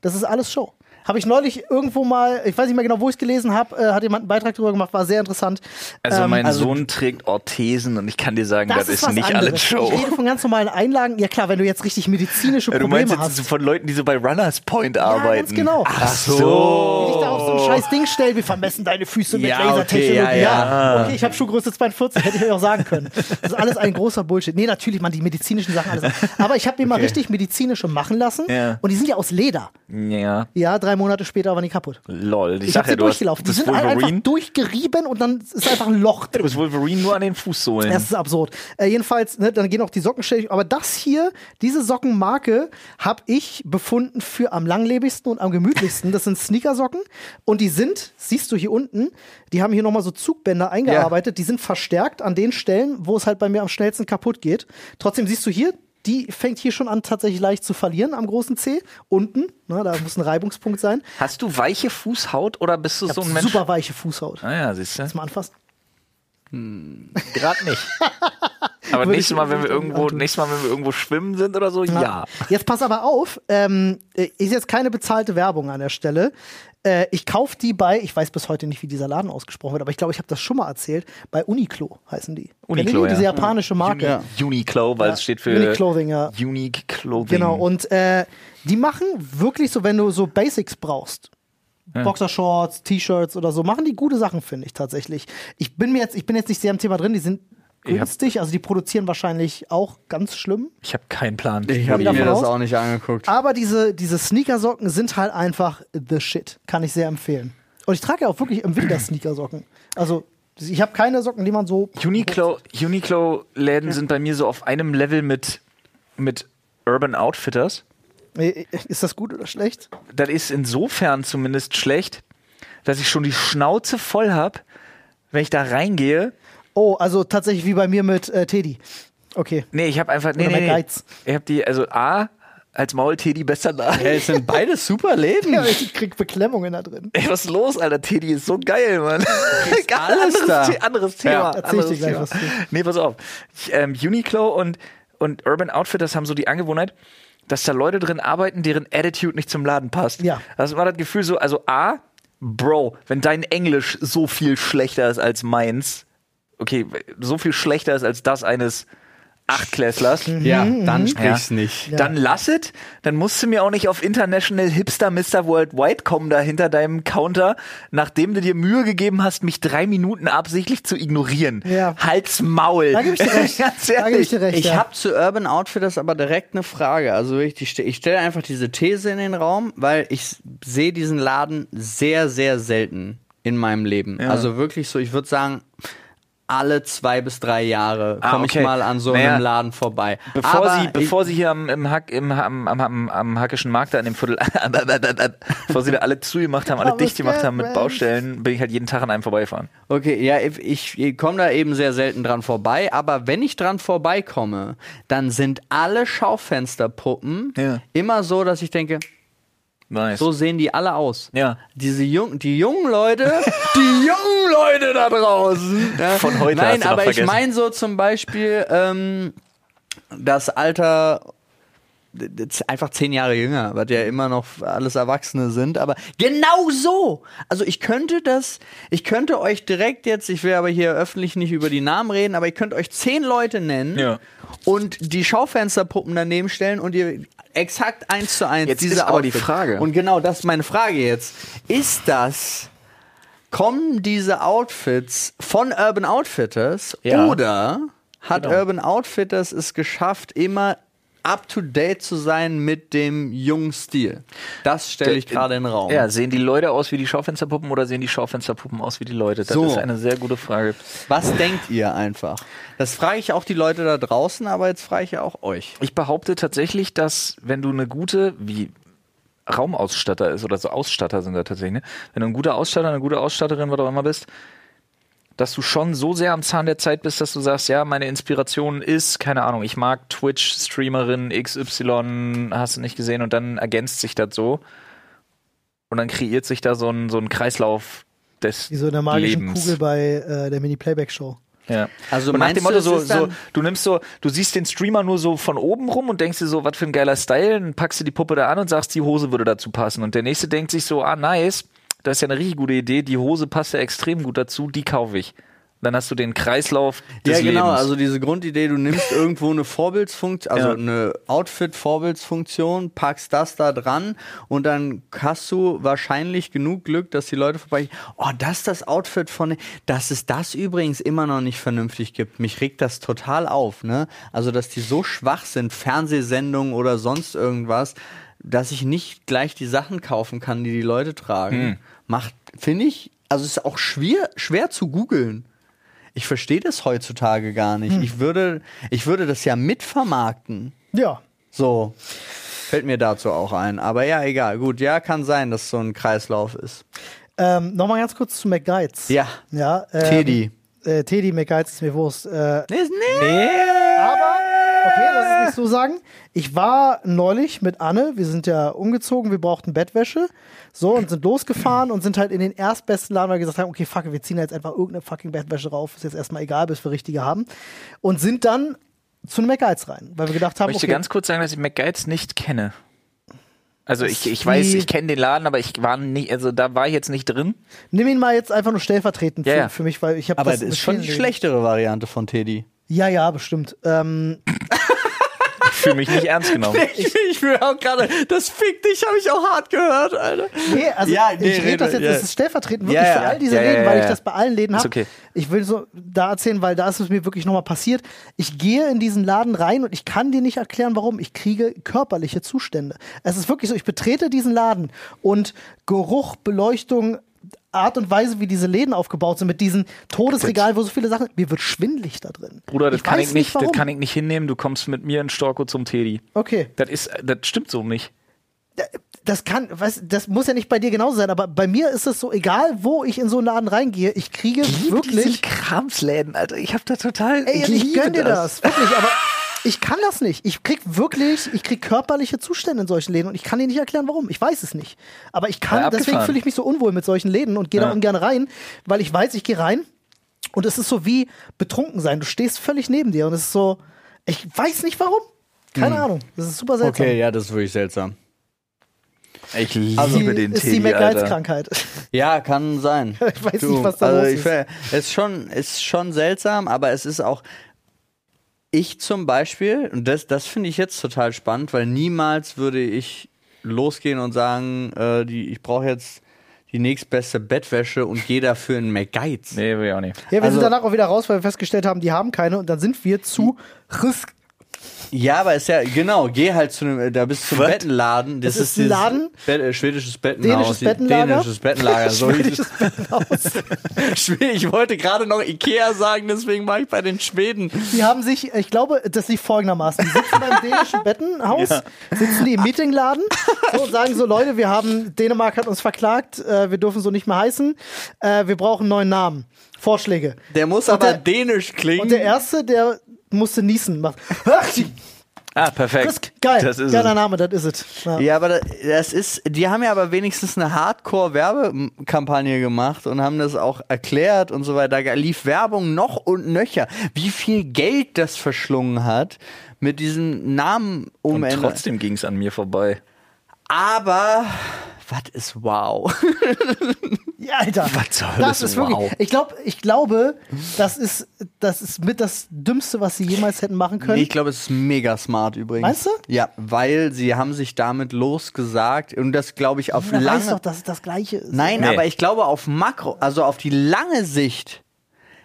Speaker 5: Das ist alles Show. Habe ich neulich irgendwo mal, ich weiß nicht mehr genau, wo ich es gelesen habe, äh, hat jemand einen Beitrag darüber gemacht, war sehr interessant.
Speaker 3: Also
Speaker 5: Ähm,
Speaker 3: mein
Speaker 2: also-
Speaker 3: Sohn trägt Orthesen und ich kann dir sagen, das, ist
Speaker 5: was
Speaker 3: nicht
Speaker 5: anderes.
Speaker 3: alles Show.
Speaker 5: Ich rede von ganz normalen Einlagen. Ja klar, wenn du jetzt richtig medizinische
Speaker 3: Ja,
Speaker 5: Äh, Probleme
Speaker 3: du meinst
Speaker 5: hast.
Speaker 3: jetzt von Leuten, die so bei Runners Point
Speaker 5: ja,
Speaker 3: arbeiten.
Speaker 5: ganz genau.
Speaker 3: Ach
Speaker 5: Die
Speaker 3: so.
Speaker 5: dich da auf so
Speaker 3: Oh.
Speaker 5: ein scheiß Ding stellen, wir vermessen deine Füße mit
Speaker 2: Ja,
Speaker 5: Lasertechnologie.
Speaker 2: okay, ja,
Speaker 5: Okay, ich habe Schuhgröße 42, hätte ich euch auch sagen können. Das ist alles ein großer Bullshit. Nee, natürlich, man, die medizinischen Sachen alles. Aber ich habe mir mal richtig medizinische machen lassen
Speaker 3: Ja.
Speaker 5: und die sind ja aus Leder.
Speaker 3: Ja,
Speaker 5: Ja, drei Monate später waren die kaputt.
Speaker 3: lol. Ich,
Speaker 5: Ich,
Speaker 3: sag
Speaker 5: habe
Speaker 3: ja,
Speaker 5: sie
Speaker 3: du hast
Speaker 5: durchgelaufen. Die
Speaker 3: das
Speaker 5: sind einfach
Speaker 3: Wolverine.
Speaker 5: durchgerieben und dann ist einfach ein Loch
Speaker 3: Du bist Wolverine nur an den Fußsohlen.
Speaker 5: das ist absurd. Äh, jedenfalls, ne, dann gehen auch die Socken ständig. Aber das hier, diese Sockenmarke, habe ich befunden für am langlebigsten und am gemütlichsten. Das sind Sneakersocken. Und die sind, siehst du hier unten, die haben hier nochmal so Zugbänder eingearbeitet. Die sind verstärkt an den Stellen, wo es halt bei mir am schnellsten kaputt geht. Trotzdem siehst du hier, die fängt hier schon an, tatsächlich leicht zu verlieren am großen Zeh. Unten, ne, da muss ein Reibungspunkt sein.
Speaker 3: Hast du weiche Fußhaut oder bist du so ein Mensch?
Speaker 5: Super weiche Fußhaut.
Speaker 3: Ah ja, siehst du.
Speaker 5: Lass mal anfassen.
Speaker 3: Gerade
Speaker 5: <laughs>
Speaker 3: nicht. Aber
Speaker 5: Würde
Speaker 3: nächstes
Speaker 5: ich-
Speaker 3: Mal, wenn wir
Speaker 5: würde ich
Speaker 3: irgendwo,
Speaker 5: antun.
Speaker 3: nächstes Mal, wenn wir irgendwo schwimmen sind oder so, ja.
Speaker 5: Jetzt pass aber auf, ähm, äh, ist jetzt keine bezahlte Werbung an der Stelle. Äh, ich kaufe die bei, ich weiß bis heute nicht, wie dieser Laden ausgesprochen wird, aber ich glaube, ich habe das schon mal erzählt, bei Uniqlo heißen die.
Speaker 3: Uniqlo,
Speaker 5: Kennt ihr die? Diese
Speaker 3: ja.
Speaker 5: japanische Marke.
Speaker 3: Uniqlo, weil es steht für
Speaker 5: Unique Clothing, ja.
Speaker 3: Unique Clothing.
Speaker 5: Genau, und äh, die machen wirklich so, wenn du so Basics brauchst. Boxershorts, T-Shirts oder so, machen die gute Sachen, finde ich tatsächlich. Ich bin mir jetzt, ich bin jetzt nicht sehr im Thema drin, die sind
Speaker 3: Ich hab-
Speaker 5: günstig, also die produzieren wahrscheinlich auch ganz schlimm.
Speaker 3: ich habe keinen Plan.
Speaker 2: <laughs> Ich habe
Speaker 5: Wieder
Speaker 2: mir das
Speaker 5: voraus? Ah.
Speaker 2: auch nicht angeguckt.
Speaker 5: Aber diese, diese Sneakersocken sind halt einfach the shit. Kann ich sehr empfehlen. Und ich trage ja auch wirklich im Winter Sneakersocken. Also ich habe keine Socken, die man so.
Speaker 3: Uniqlo, Uniqlo-Läden sind bei mir so auf einem Level mit, mit Urban Outfitters.
Speaker 5: Nee, äh, Ist das gut oder schlecht?
Speaker 3: Das ist insofern zumindest schlecht, dass ich schon die Schnauze voll habe, wenn ich da reingehe.
Speaker 5: Oh, also tatsächlich wie bei mir mit äh, Teddy. Okay. <laughs>
Speaker 3: Nee, ich habe einfach. Nee,
Speaker 5: Oder
Speaker 3: nee,
Speaker 5: bei
Speaker 3: nee.
Speaker 5: Geiz.
Speaker 3: Ich habe die, also A, als Maul-Teddy besser da.
Speaker 2: Ey, es
Speaker 3: <laughs>
Speaker 2: sind beides super Läden.
Speaker 5: Ja, ich krieg Beklemmungen da drin.
Speaker 3: Ey, was ist los, Alter? Teddy ist so geil, Mann. <laughs> Ganz
Speaker 2: alles
Speaker 3: anderes,
Speaker 2: da.
Speaker 3: The anderes Thema.
Speaker 2: Ja,
Speaker 5: erzähl ich dir
Speaker 3: anderes
Speaker 5: gleich
Speaker 3: Thema.
Speaker 5: was zu.
Speaker 3: <laughs> Nee, pass auf. Ich, ähm, Uniqlo und, und Urban Outfitters haben so die Angewohnheit, dass da Leute drin arbeiten, deren Attitude nicht zum Laden passt.
Speaker 5: Ja.
Speaker 3: Das war das Gefühl so, also A, Bro, wenn dein Englisch so viel schlechter ist als meins, okay, so viel schlechter ist als das eines Achtklässlers,
Speaker 2: Ja,
Speaker 5: Mhm.
Speaker 2: dann sprich's
Speaker 3: Ja.
Speaker 2: nicht.
Speaker 3: dann lass it. Dann musst du mir auch nicht auf International Hipster Mr. Worldwide kommen, da hinter deinem Counter, nachdem du dir Mühe gegeben hast, mich drei Minuten absichtlich zu ignorieren.
Speaker 5: Ja.
Speaker 3: Halt's Maul.
Speaker 5: Da geb
Speaker 3: <laughs>
Speaker 5: ich dir recht.
Speaker 3: Ganz
Speaker 5: Da geb ich
Speaker 3: ehrlich.
Speaker 5: dir recht.
Speaker 2: Ich
Speaker 5: ja.
Speaker 2: habe zu Urban Outfitters aber direkt eine Frage. Also ich, ich stelle stell einfach diese These in den Raum, weil ich s- sehe diesen Laden sehr, sehr selten in meinem Leben. Also wirklich so, ich würde sagen, alle zwei bis drei Jahre
Speaker 3: Ah,
Speaker 2: komme
Speaker 3: okay.
Speaker 2: ich mal an so
Speaker 3: Naja,
Speaker 2: einem Laden vorbei.
Speaker 3: Bevor
Speaker 2: aber
Speaker 3: sie, bevor sie hier am, im Hack, im, am, am, am, am Hackischen Markt da in dem Viertel, <laughs> bevor sie da alle zugemacht haben, alle
Speaker 5: Aber
Speaker 3: dicht gemacht haben mit
Speaker 5: Scatman.
Speaker 3: Baustellen, bin ich halt jeden Tag an einem vorbeigefahren.
Speaker 2: Okay, ja, ich, ich, ich komme da eben sehr selten dran vorbei, aber wenn ich dran vorbeikomme, dann sind alle Schaufensterpuppen
Speaker 3: Ja.
Speaker 2: immer so, dass ich denke,
Speaker 3: Nice.
Speaker 2: so sehen die alle aus.
Speaker 3: Ja.
Speaker 2: Diese Jung die jungen
Speaker 3: <laughs>
Speaker 2: Leute, die jungen Leute da draußen. Ja.
Speaker 3: Von heute hast
Speaker 2: Nein,
Speaker 3: du noch
Speaker 2: aber ich
Speaker 3: vergessen.
Speaker 2: meine so zum Beispiel ähm, das Alter d- d- einfach zehn Jahre jünger, was ja immer noch alles Erwachsene sind, aber genau so. Also ich könnte das, ich könnte euch direkt jetzt, ich will aber hier öffentlich nicht über die Namen reden, aber ich könnte euch zehn Leute nennen
Speaker 3: Ja.
Speaker 2: und die Schaufensterpuppen daneben stellen und ihr exakt eins zu eins
Speaker 3: Jetzt
Speaker 2: diese
Speaker 3: ist aber die
Speaker 2: Outfits.
Speaker 3: Frage.
Speaker 2: Und genau das ist meine Frage jetzt. Ist das, kommen diese Outfits von Urban Outfitters
Speaker 3: Ja. Genau.
Speaker 2: oder hat Urban Outfitters es geschafft, immer up to date zu sein mit dem jungen Stil? Das stelle ich gerade in den Raum.
Speaker 3: Ja, sehen die Leute aus wie die Schaufensterpuppen oder sehen die Schaufensterpuppen aus wie die Leute? Das
Speaker 2: So.
Speaker 3: ist eine sehr gute Frage.
Speaker 2: Was denkt ihr einfach? Das frage ich auch die Leute da draußen, aber jetzt frage ich ja auch euch.
Speaker 3: Ich behaupte tatsächlich, dass wenn du eine gute, wie Raumausstatter ist oder so Ausstatter sind da tatsächlich, ne? wenn du ein guter Ausstatter, eine gute Ausstatterin, was auch immer bist, dass du schon so sehr am Zahn der Zeit bist, dass du sagst, ja, meine Inspiration ist, keine Ahnung, ich mag Twitch-Streamerin XY, hast du nicht gesehen, und dann ergänzt sich das so. Und dann kreiert sich da so ein, so ein Kreislauf des
Speaker 5: Wie so in der magischen
Speaker 3: Lebens.
Speaker 5: Kugel bei äh, der Mini-Playback-Show.
Speaker 3: Ja.
Speaker 2: Also
Speaker 3: und nach
Speaker 2: meinst
Speaker 3: dem Motto
Speaker 2: du, es
Speaker 3: so,
Speaker 2: ist
Speaker 3: so,
Speaker 2: dann-
Speaker 3: du nimmst so, du siehst den Streamer nur so von oben rum und denkst dir so, was für ein geiler Style, dann packst du die Puppe da an und sagst, die Hose würde dazu passen. Und der nächste denkt sich so, ah nice, das ist ja eine richtig gute Idee, die Hose passt ja extrem gut dazu, die kaufe ich. Dann hast du den Kreislauf des
Speaker 2: Ja, genau,
Speaker 3: Lebens.
Speaker 2: also diese Grundidee, du nimmst irgendwo eine
Speaker 3: <laughs>
Speaker 2: Vorbildsfunktion, also
Speaker 3: Ja.
Speaker 2: eine Outfit-Vorbildsfunktion, packst das da dran und dann hast du wahrscheinlich genug Glück, dass die Leute vorbei, oh, das ist das Outfit von, dass es das übrigens immer noch nicht vernünftig gibt. Mich regt das total auf, ne? Also, dass die so schwach sind, Fernsehsendungen oder sonst irgendwas, dass ich nicht gleich die Sachen kaufen kann, die die Leute tragen.
Speaker 3: Hm.
Speaker 2: Macht, finde ich, also es ist auch schwer, schwer zu googeln. Ich verstehe das heutzutage gar nicht. Ich, würde, ich würde das ja mitvermarkten.
Speaker 5: Ja.
Speaker 2: So. Fällt mir dazu auch ein. Aber ja, egal. Gut, ja, kann sein, dass so ein Kreislauf ist.
Speaker 5: Ähm, Nochmal ganz kurz zu McGuides.
Speaker 2: Ja.
Speaker 5: ja ähm,
Speaker 2: Teddy.
Speaker 5: Äh, Teddy, McGuides ist mir Wurst. Äh,
Speaker 2: Nee, nee.
Speaker 5: Aber, okay, lass es nicht so sagen. Ich war neulich mit Anne, wir sind ja umgezogen, wir brauchten Bettwäsche. So, und sind losgefahren und sind halt in den erstbesten Laden, weil wir gesagt haben, okay, fuck, wir ziehen da jetzt einfach irgendeine fucking Bettwäsche rauf. Ist jetzt erstmal egal, bis wir richtige haben. Und sind dann zu einem McGuides rein, weil wir gedacht haben,
Speaker 3: ich möchte
Speaker 5: okay,
Speaker 3: ganz kurz sagen, dass ich McGuides nicht kenne. Also ich, ich weiß,
Speaker 5: die-
Speaker 3: ich kenne den Laden, aber ich war nicht, also da war ich jetzt nicht drin.
Speaker 5: nimm ihn mal jetzt einfach nur stellvertretend
Speaker 3: Ja,
Speaker 5: für,
Speaker 3: ja.
Speaker 5: für mich, weil ich habe
Speaker 2: Aber
Speaker 5: das
Speaker 2: das ist
Speaker 5: mit
Speaker 2: schon
Speaker 5: vielen
Speaker 2: die
Speaker 5: Läden-
Speaker 2: schlechtere Variante von Teddy.
Speaker 5: Ja, ja, bestimmt. Ähm,
Speaker 3: Ich fühle mich nicht
Speaker 2: <laughs>
Speaker 3: ernst genommen.
Speaker 2: Ich, ich will auch gerade, das fick dich, habe ich auch hart gehört, Alter.
Speaker 5: Nee, also
Speaker 2: Ja, nee,
Speaker 5: ich rede das
Speaker 2: rede,
Speaker 5: jetzt,
Speaker 2: ja.
Speaker 5: das ist stellvertretend wirklich
Speaker 2: Ja, ja.
Speaker 5: für all diese
Speaker 3: Ja, ja,
Speaker 5: Läden,
Speaker 3: ja,
Speaker 5: weil ich
Speaker 3: ja.
Speaker 5: das bei allen Läden
Speaker 3: Ist
Speaker 5: habe.
Speaker 3: okay.
Speaker 5: Ich will so da erzählen, weil da ist es mir wirklich nochmal passiert. Ich gehe in diesen Laden rein und ich kann dir nicht erklären, warum. Ich kriege körperliche Zustände. Es ist wirklich so, ich betrete diesen Laden und Geruch, Beleuchtung, Art und Weise, wie diese Läden aufgebaut sind, mit diesen Todesregalen, wo so viele Sachen. Mir wird schwindelig da drin.
Speaker 3: Bruder, das kann
Speaker 5: weiß
Speaker 3: ich nicht, das
Speaker 5: warum.
Speaker 3: kann ich nicht hinnehmen. Du kommst mit mir in Storko zum Teddy.
Speaker 5: Okay.
Speaker 3: Das ist, das stimmt so nicht.
Speaker 5: das kann, weißt, das muss ja nicht bei dir genauso sein, aber bei mir ist es so, egal wo ich in so einen Laden reingehe, ich kriege wirklich.
Speaker 3: Kramsläden, Alter. Ich hab da total.
Speaker 5: Ey, ich gönn dir das. wirklich, aber ich kann das nicht. Ich krieg wirklich, ich krieg körperliche Zustände in solchen Läden und ich kann dir nicht erklären, warum. Ich weiß es nicht. Aber ich kann,
Speaker 3: Ja, abgefahren.
Speaker 5: deswegen fühle ich mich so unwohl mit solchen Läden und gehe da
Speaker 3: Ja.
Speaker 5: ungern rein, weil ich weiß, ich gehe rein und es ist so wie betrunken sein. Du stehst völlig neben dir und es ist so, ich weiß nicht warum. Keine
Speaker 3: Hm.
Speaker 5: Ahnung. Das ist super seltsam.
Speaker 2: Okay, ja, das ist wirklich seltsam. Also,
Speaker 3: Ich liebe
Speaker 5: Die-
Speaker 3: den
Speaker 5: ist die
Speaker 3: Teddy, Alter.
Speaker 5: McGuides-Krankheit.
Speaker 2: Ja, kann sein.
Speaker 5: <laughs> Ich weiß nicht, was da
Speaker 2: also
Speaker 5: los
Speaker 2: ich,
Speaker 5: ist.
Speaker 2: ver- Es ist schon, ist schon seltsam, aber es ist auch. Ich zum Beispiel, und das, das finde ich jetzt total spannend, weil niemals würde ich losgehen und sagen, äh, die, ich brauche jetzt die nächstbeste Bettwäsche und gehe dafür in McGuides.
Speaker 3: Nee, will ich auch nicht.
Speaker 5: Ja, wir
Speaker 2: Also-
Speaker 5: sind danach auch wieder raus, weil wir festgestellt haben, die haben keine und dann sind wir zu Risk.
Speaker 2: Ja, aber ist ja, genau, geh halt zu einem, da bist du zum
Speaker 3: Was?
Speaker 2: Bettenladen. Das,
Speaker 5: Das ist ein
Speaker 2: dieses
Speaker 5: Laden?
Speaker 2: Bet, äh, schwedisches Bettenhaus.
Speaker 5: Dänisches Bettenlager?
Speaker 2: Dänisches Bettenlager. So hieß
Speaker 5: <laughs>
Speaker 2: es.
Speaker 5: Aus.
Speaker 2: Schwed- ich wollte gerade noch Ikea sagen, deswegen war ich bei den Schweden.
Speaker 5: Die haben sich, ich glaube, das lief folgendermaßen. Die sitzen beim dänischen Bettenhaus, sitzen die im Meetingladen so, und sagen so, Leute, wir haben, Dänemark hat uns verklagt, äh, wir dürfen so nicht mehr heißen, äh, wir brauchen einen neuen Namen. Vorschläge.
Speaker 2: Der muss aber
Speaker 5: der-
Speaker 2: dänisch klingen.
Speaker 5: Und der Erste, der musste niesen, macht, ach, die
Speaker 3: Ah, perfekt.
Speaker 5: Risk, geil,
Speaker 3: Das ist
Speaker 5: geiler
Speaker 3: es.
Speaker 5: Name, das ist es. Ja.
Speaker 2: ja, aber da- das ist, die haben ja aber wenigstens eine Hardcore-Werbekampagne gemacht und haben das auch erklärt und so weiter. Da lief Werbung noch und nöcher. Wie viel Geld das verschlungen hat mit diesem Namen um
Speaker 3: Und
Speaker 2: umändern.
Speaker 3: trotzdem ging's an mir vorbei.
Speaker 2: Aber, was ist wow?
Speaker 5: Ja, Alter.
Speaker 3: Was soll
Speaker 5: das?
Speaker 3: das?
Speaker 5: Ist wirklich,
Speaker 3: Wow.
Speaker 5: ich, glaub, ich glaube, das ist, das ist mit das Dümmste, was sie jemals hätten machen können.
Speaker 2: Nee, ich glaube, es ist mega smart übrigens.
Speaker 5: Meinst du?
Speaker 2: Ja, weil sie haben sich damit losgesagt und das glaube ich auf
Speaker 5: Jeder weiß doch,
Speaker 2: lange.
Speaker 5: dass es das Gleiche ist.
Speaker 2: Nein,
Speaker 3: Nee.
Speaker 2: aber ich glaube auf Makro, also auf die lange Sicht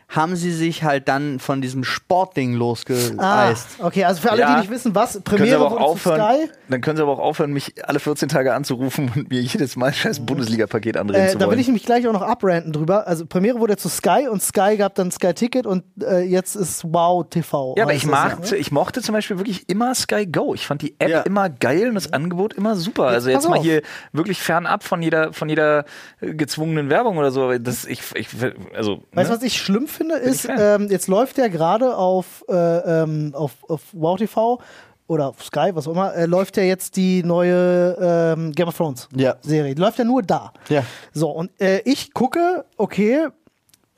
Speaker 2: haben sie sich halt dann von diesem Sportding losgeeist.
Speaker 5: Ah, okay, also für alle, die
Speaker 3: Ja.
Speaker 5: nicht wissen, was,
Speaker 3: Können sie
Speaker 5: Premiere
Speaker 3: aber auch
Speaker 5: wurde
Speaker 3: aufhören, um
Speaker 5: zu Sky. Äh,
Speaker 3: dann können sie aber auch aufhören, mich alle 14 Tage anzurufen und mir jedes Mal ein scheiß Bundesliga-Paket anreden
Speaker 5: Mhm. Äh,
Speaker 3: zu
Speaker 5: da
Speaker 3: wollen.
Speaker 5: will ich mich gleich auch noch abranten drüber. Also Premiere wurde zu Sky und Sky gab dann Sky Ticket und äh, jetzt ist Wow TV.
Speaker 3: ja, aber
Speaker 5: heißt
Speaker 3: ich,
Speaker 5: das,
Speaker 3: mag,
Speaker 5: ne?
Speaker 3: ich mochte zum Beispiel wirklich immer Sky Go. Ich fand die App
Speaker 2: Ja.
Speaker 3: immer geil und das Angebot immer super. also
Speaker 5: Mhm. pass
Speaker 3: jetzt mal
Speaker 5: auf.
Speaker 3: hier wirklich fernab von jeder, von jeder äh, gezwungenen Werbung oder so. Aber das, ich, ich, also,
Speaker 5: Weißt du,
Speaker 3: ne?
Speaker 5: was ich schlimm finde, ist,
Speaker 3: Fan.
Speaker 5: ähm, jetzt läuft ja gerade auf, äh, ähm, auf, auf Wow TV oder auf Sky, was auch immer, äh, läuft ja jetzt die neue ähm, Game of Thrones
Speaker 2: Ja.
Speaker 5: Serie. Die Läuft ja nur da.
Speaker 2: Ja.
Speaker 5: So, und äh, ich gucke, okay,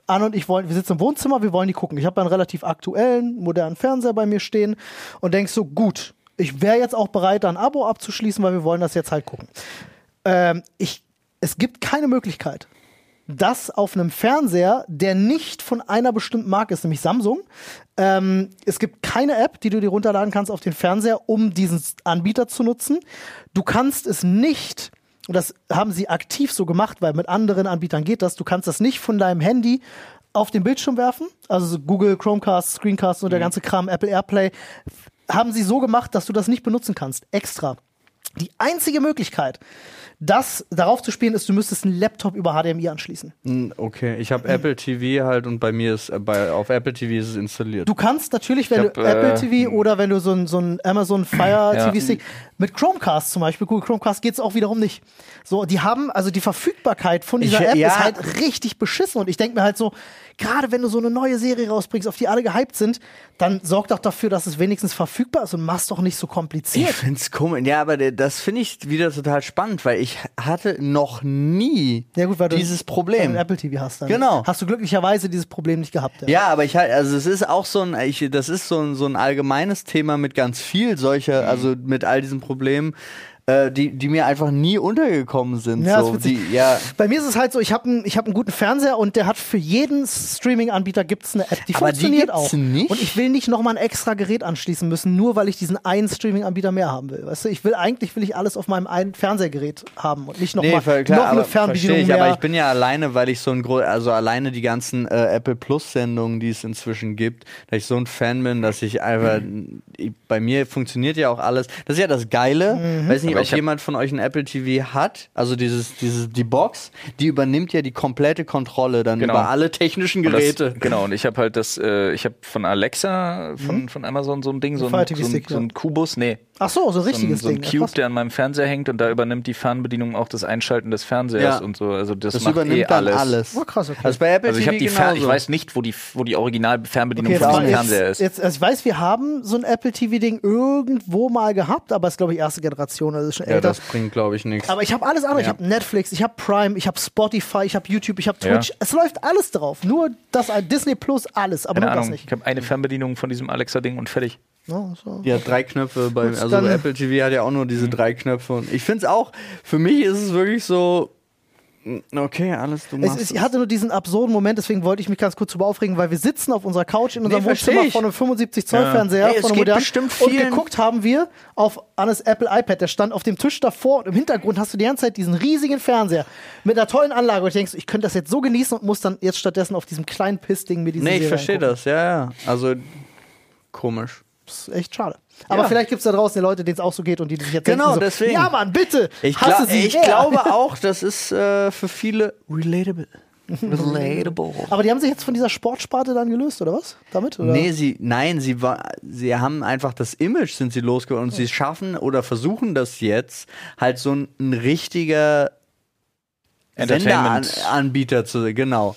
Speaker 5: Anne und ich wollen, wir sitzen im Wohnzimmer, wir wollen die gucken. Ich habe einen relativ aktuellen, modernen Fernseher bei mir stehen und denk so, gut, ich wäre jetzt auch bereit, da ein Abo abzuschließen, weil wir wollen das jetzt halt gucken. Ähm, ich, es gibt keine Möglichkeit, dass auf einem Fernseher, der nicht von einer bestimmten Marke ist, nämlich Samsung, ähm, es gibt keine App, die du dir runterladen kannst auf den Fernseher, um diesen S- Anbieter zu nutzen. Du kannst es nicht, und das haben sie aktiv so gemacht, weil mit anderen Anbietern geht das, du kannst das nicht von deinem Handy auf den Bildschirm werfen, also so Google Chromecast, Screencast und der ganze Kram, Apple AirPlay, haben sie so gemacht, dass du das nicht benutzen kannst, extra. Die einzige Möglichkeit, das darauf zu spielen, ist, du müsstest einen Laptop über HDMI anschließen.
Speaker 2: Hm, Okay, ich habe Apple TV halt und bei mir ist äh, bei auf Apple TV ist es installiert.
Speaker 5: Du kannst natürlich, wenn
Speaker 3: Ich
Speaker 5: du
Speaker 3: hab,
Speaker 5: Apple
Speaker 3: äh,
Speaker 5: TV oder wenn du so ein, so ein Amazon Fire
Speaker 3: Ja.
Speaker 5: TV Stick mit Chromecast zum Beispiel, Google Chromecast geht es auch wiederum nicht. So, die haben, also die Verfügbarkeit von dieser
Speaker 2: Ich-
Speaker 5: App
Speaker 2: ja.
Speaker 5: ist halt richtig beschissen und ich denke mir halt so, gerade wenn du so eine neue Serie rausbringst, auf die alle gehypt sind, dann sorg doch dafür, dass es wenigstens verfügbar ist und mach's doch nicht so
Speaker 2: Ich
Speaker 5: kompliziert.
Speaker 2: find's komisch. Ja, aber der- das finde ich wieder total spannend, weil ich hatte noch nie
Speaker 5: Ja gut, weil du
Speaker 2: dieses
Speaker 5: weil
Speaker 2: Problem.
Speaker 5: du ein Apple TV hast dann.
Speaker 2: Genau.
Speaker 5: Hast du glücklicherweise dieses Problem nicht gehabt. Ja.
Speaker 2: Ja, aber ich halt, also es ist auch so ein, ich, das ist so ein, so ein allgemeines Thema mit ganz viel solcher, also mit all diesen Problemen, äh, die, die mir einfach nie untergekommen sind.
Speaker 5: Ja,
Speaker 2: so,
Speaker 5: ist witzig.
Speaker 2: die, ja.
Speaker 5: Bei mir ist es halt so, ich habe einen hab einen guten Fernseher und der hat für jeden Streaming-Anbieter gibt's eine App, die
Speaker 2: Aber die
Speaker 5: funktioniert
Speaker 2: gibt's
Speaker 5: auch.
Speaker 2: nicht?
Speaker 5: Und ich will nicht nochmal ein extra Gerät anschließen müssen, nur weil ich diesen einen Streaming-Anbieter mehr haben will. Weißt du, ich will eigentlich will ich alles auf meinem einen Fernsehgerät haben und nicht
Speaker 2: Nee,
Speaker 5: nochmal
Speaker 2: voll
Speaker 5: noch
Speaker 2: klar,
Speaker 5: eine
Speaker 2: aber verstehe
Speaker 5: Fernbedienung
Speaker 2: ich,
Speaker 5: mehr.
Speaker 2: aber ich bin ja alleine, weil ich so ein gro also alleine die ganzen äh, Apple Plus Sendungen, die es inzwischen gibt, dass ich so ein
Speaker 5: Mhm. Mhm.
Speaker 2: Fan bin, dass ich einfach ich, bei mir funktioniert ja auch alles. Das ist ja das Geile, weiß nicht, nicht,
Speaker 3: aber
Speaker 2: ob
Speaker 3: ich hab-
Speaker 2: jemand von euch ein Apple TV hat. Also dieses, dieses, die Box, die übernimmt ja die komplette Kontrolle dann
Speaker 3: Genau.
Speaker 2: über alle technischen
Speaker 3: Und
Speaker 2: Geräte.
Speaker 3: Das, genau, und ich habe halt das, äh, ich habe von Alexa, von, von Amazon so ein Ding, so ein,
Speaker 5: Fire
Speaker 3: so
Speaker 5: TV
Speaker 3: ein,
Speaker 5: Stick,
Speaker 3: so ein
Speaker 5: ja.
Speaker 3: Kubus, nee,
Speaker 5: Ach so, so ein
Speaker 3: so ein,
Speaker 5: richtiges
Speaker 3: so ein
Speaker 5: Ding.
Speaker 3: Cube,
Speaker 5: Ja,
Speaker 3: der an meinem Fernseher hängt und da übernimmt die Fernbedienung auch das Einschalten des Fernsehers
Speaker 2: Ja.
Speaker 3: und so. Also das,
Speaker 2: das
Speaker 3: macht
Speaker 2: übernimmt
Speaker 3: eh
Speaker 2: dann
Speaker 3: alles.
Speaker 2: alles.
Speaker 5: Oh, krass, okay.
Speaker 2: Also bei Apple
Speaker 3: Also ich
Speaker 2: TV
Speaker 3: habe die Fer
Speaker 2: genauso.
Speaker 3: ich weiß nicht, wo die wo die Original Fernbedienung
Speaker 5: Okay,
Speaker 3: von
Speaker 5: das
Speaker 3: diesem
Speaker 5: war
Speaker 3: Fernseher
Speaker 5: jetzt,
Speaker 3: ist.
Speaker 5: jetzt, also ich weiß, wir haben so ein Apple TV-Ding irgendwo mal gehabt, aber es ist, glaube ich, erste Generation, also ist schon
Speaker 2: ja,
Speaker 5: älter.
Speaker 2: das bringt, glaube ich, nichts.
Speaker 5: aber ich habe alles andere. Ich
Speaker 2: Ja.
Speaker 5: habe Netflix, ich habe Prime, ich habe Spotify, ich habe YouTube, ich habe
Speaker 3: Ja.
Speaker 5: Twitch. Es läuft alles drauf. Nur das, ein Disney Plus, alles, aber
Speaker 3: Keine
Speaker 5: nur das
Speaker 3: Ahnung,
Speaker 5: nicht.
Speaker 3: ich habe eine Fernbedienung von diesem Alexa Ding und fertig.
Speaker 5: Ja, so.
Speaker 2: Ja, drei Knöpfe bei
Speaker 5: Gut,
Speaker 2: also
Speaker 5: dann- Hm.
Speaker 2: bei Apple TV hat ja auch nur diese drei Knöpfe und ich finde es auch für mich ist es wirklich so n- okay, alles du
Speaker 5: Es
Speaker 2: machst.
Speaker 5: ist,
Speaker 2: es.
Speaker 5: ich hatte nur diesen absurden Moment, deswegen wollte ich mich ganz kurz drüber aufregen, weil wir sitzen auf unserer Couch in unserem
Speaker 2: Nee, versteh
Speaker 5: Wohnzimmer
Speaker 2: ich.
Speaker 5: vor einem 75 Zoll
Speaker 3: Ja.
Speaker 5: Fernseher
Speaker 2: Ey, es
Speaker 5: von einem
Speaker 2: geht
Speaker 5: modernen
Speaker 2: bestimmt
Speaker 5: und
Speaker 2: vielen-
Speaker 5: geguckt haben wir auf Annes Apple iPad, der stand auf dem Tisch davor und im Hintergrund hast du die ganze Zeit diesen riesigen Fernseher mit einer tollen Anlage und ich denkst, ich könnte das jetzt so genießen und muss dann jetzt stattdessen auf diesem kleinen Pissding mir diese
Speaker 2: nee, ich
Speaker 5: Serie
Speaker 2: verstehe
Speaker 5: angucken.
Speaker 2: das. Ja, ja. Also komisch.
Speaker 5: das. ist echt schade. Aber
Speaker 2: Ja.
Speaker 5: vielleicht gibt es da draußen die Leute, denen es auch so geht und die sich jetzt
Speaker 2: Genau,
Speaker 5: denken so,
Speaker 2: deswegen.
Speaker 5: ja Mann, bitte,
Speaker 2: Ich,
Speaker 5: hasse
Speaker 2: gla
Speaker 5: sie.
Speaker 2: ich
Speaker 5: mehr." <laughs>
Speaker 2: glaube auch, das ist äh, für viele relatable.
Speaker 3: Relatable.
Speaker 5: Aber die haben sich jetzt von dieser Sportsparte dann gelöst, oder was? Damit? Oder?
Speaker 2: Nee, sie, nein, sie, war, sie haben einfach das Image, sind sie losgeworden und sie schaffen oder versuchen das jetzt, halt so ein, ein richtiger
Speaker 3: Entertainment.
Speaker 2: Senderanbieter zu, genau.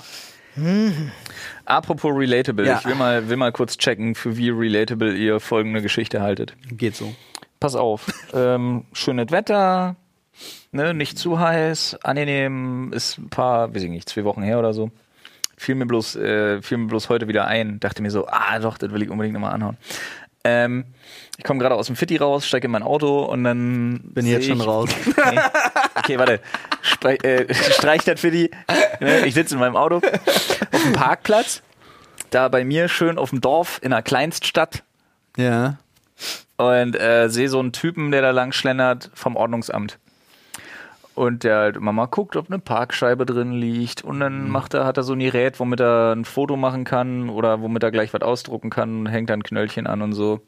Speaker 3: Apropos relatable,
Speaker 2: Ja.
Speaker 3: ich will mal, will mal kurz checken, für wie relatable ihr folgende Geschichte haltet.
Speaker 2: Geht so.
Speaker 3: Pass auf, ähm, schönes Wetter, ne, nicht zu heiß, angenehm, ist ein paar, weiß ich nicht, zwei Wochen her oder so. Fiel mir bloß, äh, fiel mir bloß heute wieder ein, dachte mir so, ah doch, das will ich unbedingt nochmal anhauen. Ähm, ich komme gerade aus dem Fitti raus, steige in mein Auto und dann
Speaker 2: Bin jetzt
Speaker 3: seh
Speaker 2: schon
Speaker 3: ich,
Speaker 2: raus.
Speaker 3: Nee. Okay, warte. Streich, äh, streich das für die. Ne, Ich sitze in meinem Auto auf dem Parkplatz. Da bei mir schön auf dem Dorf in einer Kleinststadt
Speaker 2: Ja.
Speaker 3: und äh, sehe so einen Typen, der da lang schlendert vom Ordnungsamt. Und der halt immer mal guckt, ob eine Parkscheibe drin liegt. Und dann macht er, hat er so ein Gerät, womit er ein Foto machen kann oder womit er gleich was ausdrucken kann und hängt dann Knöllchen an und so.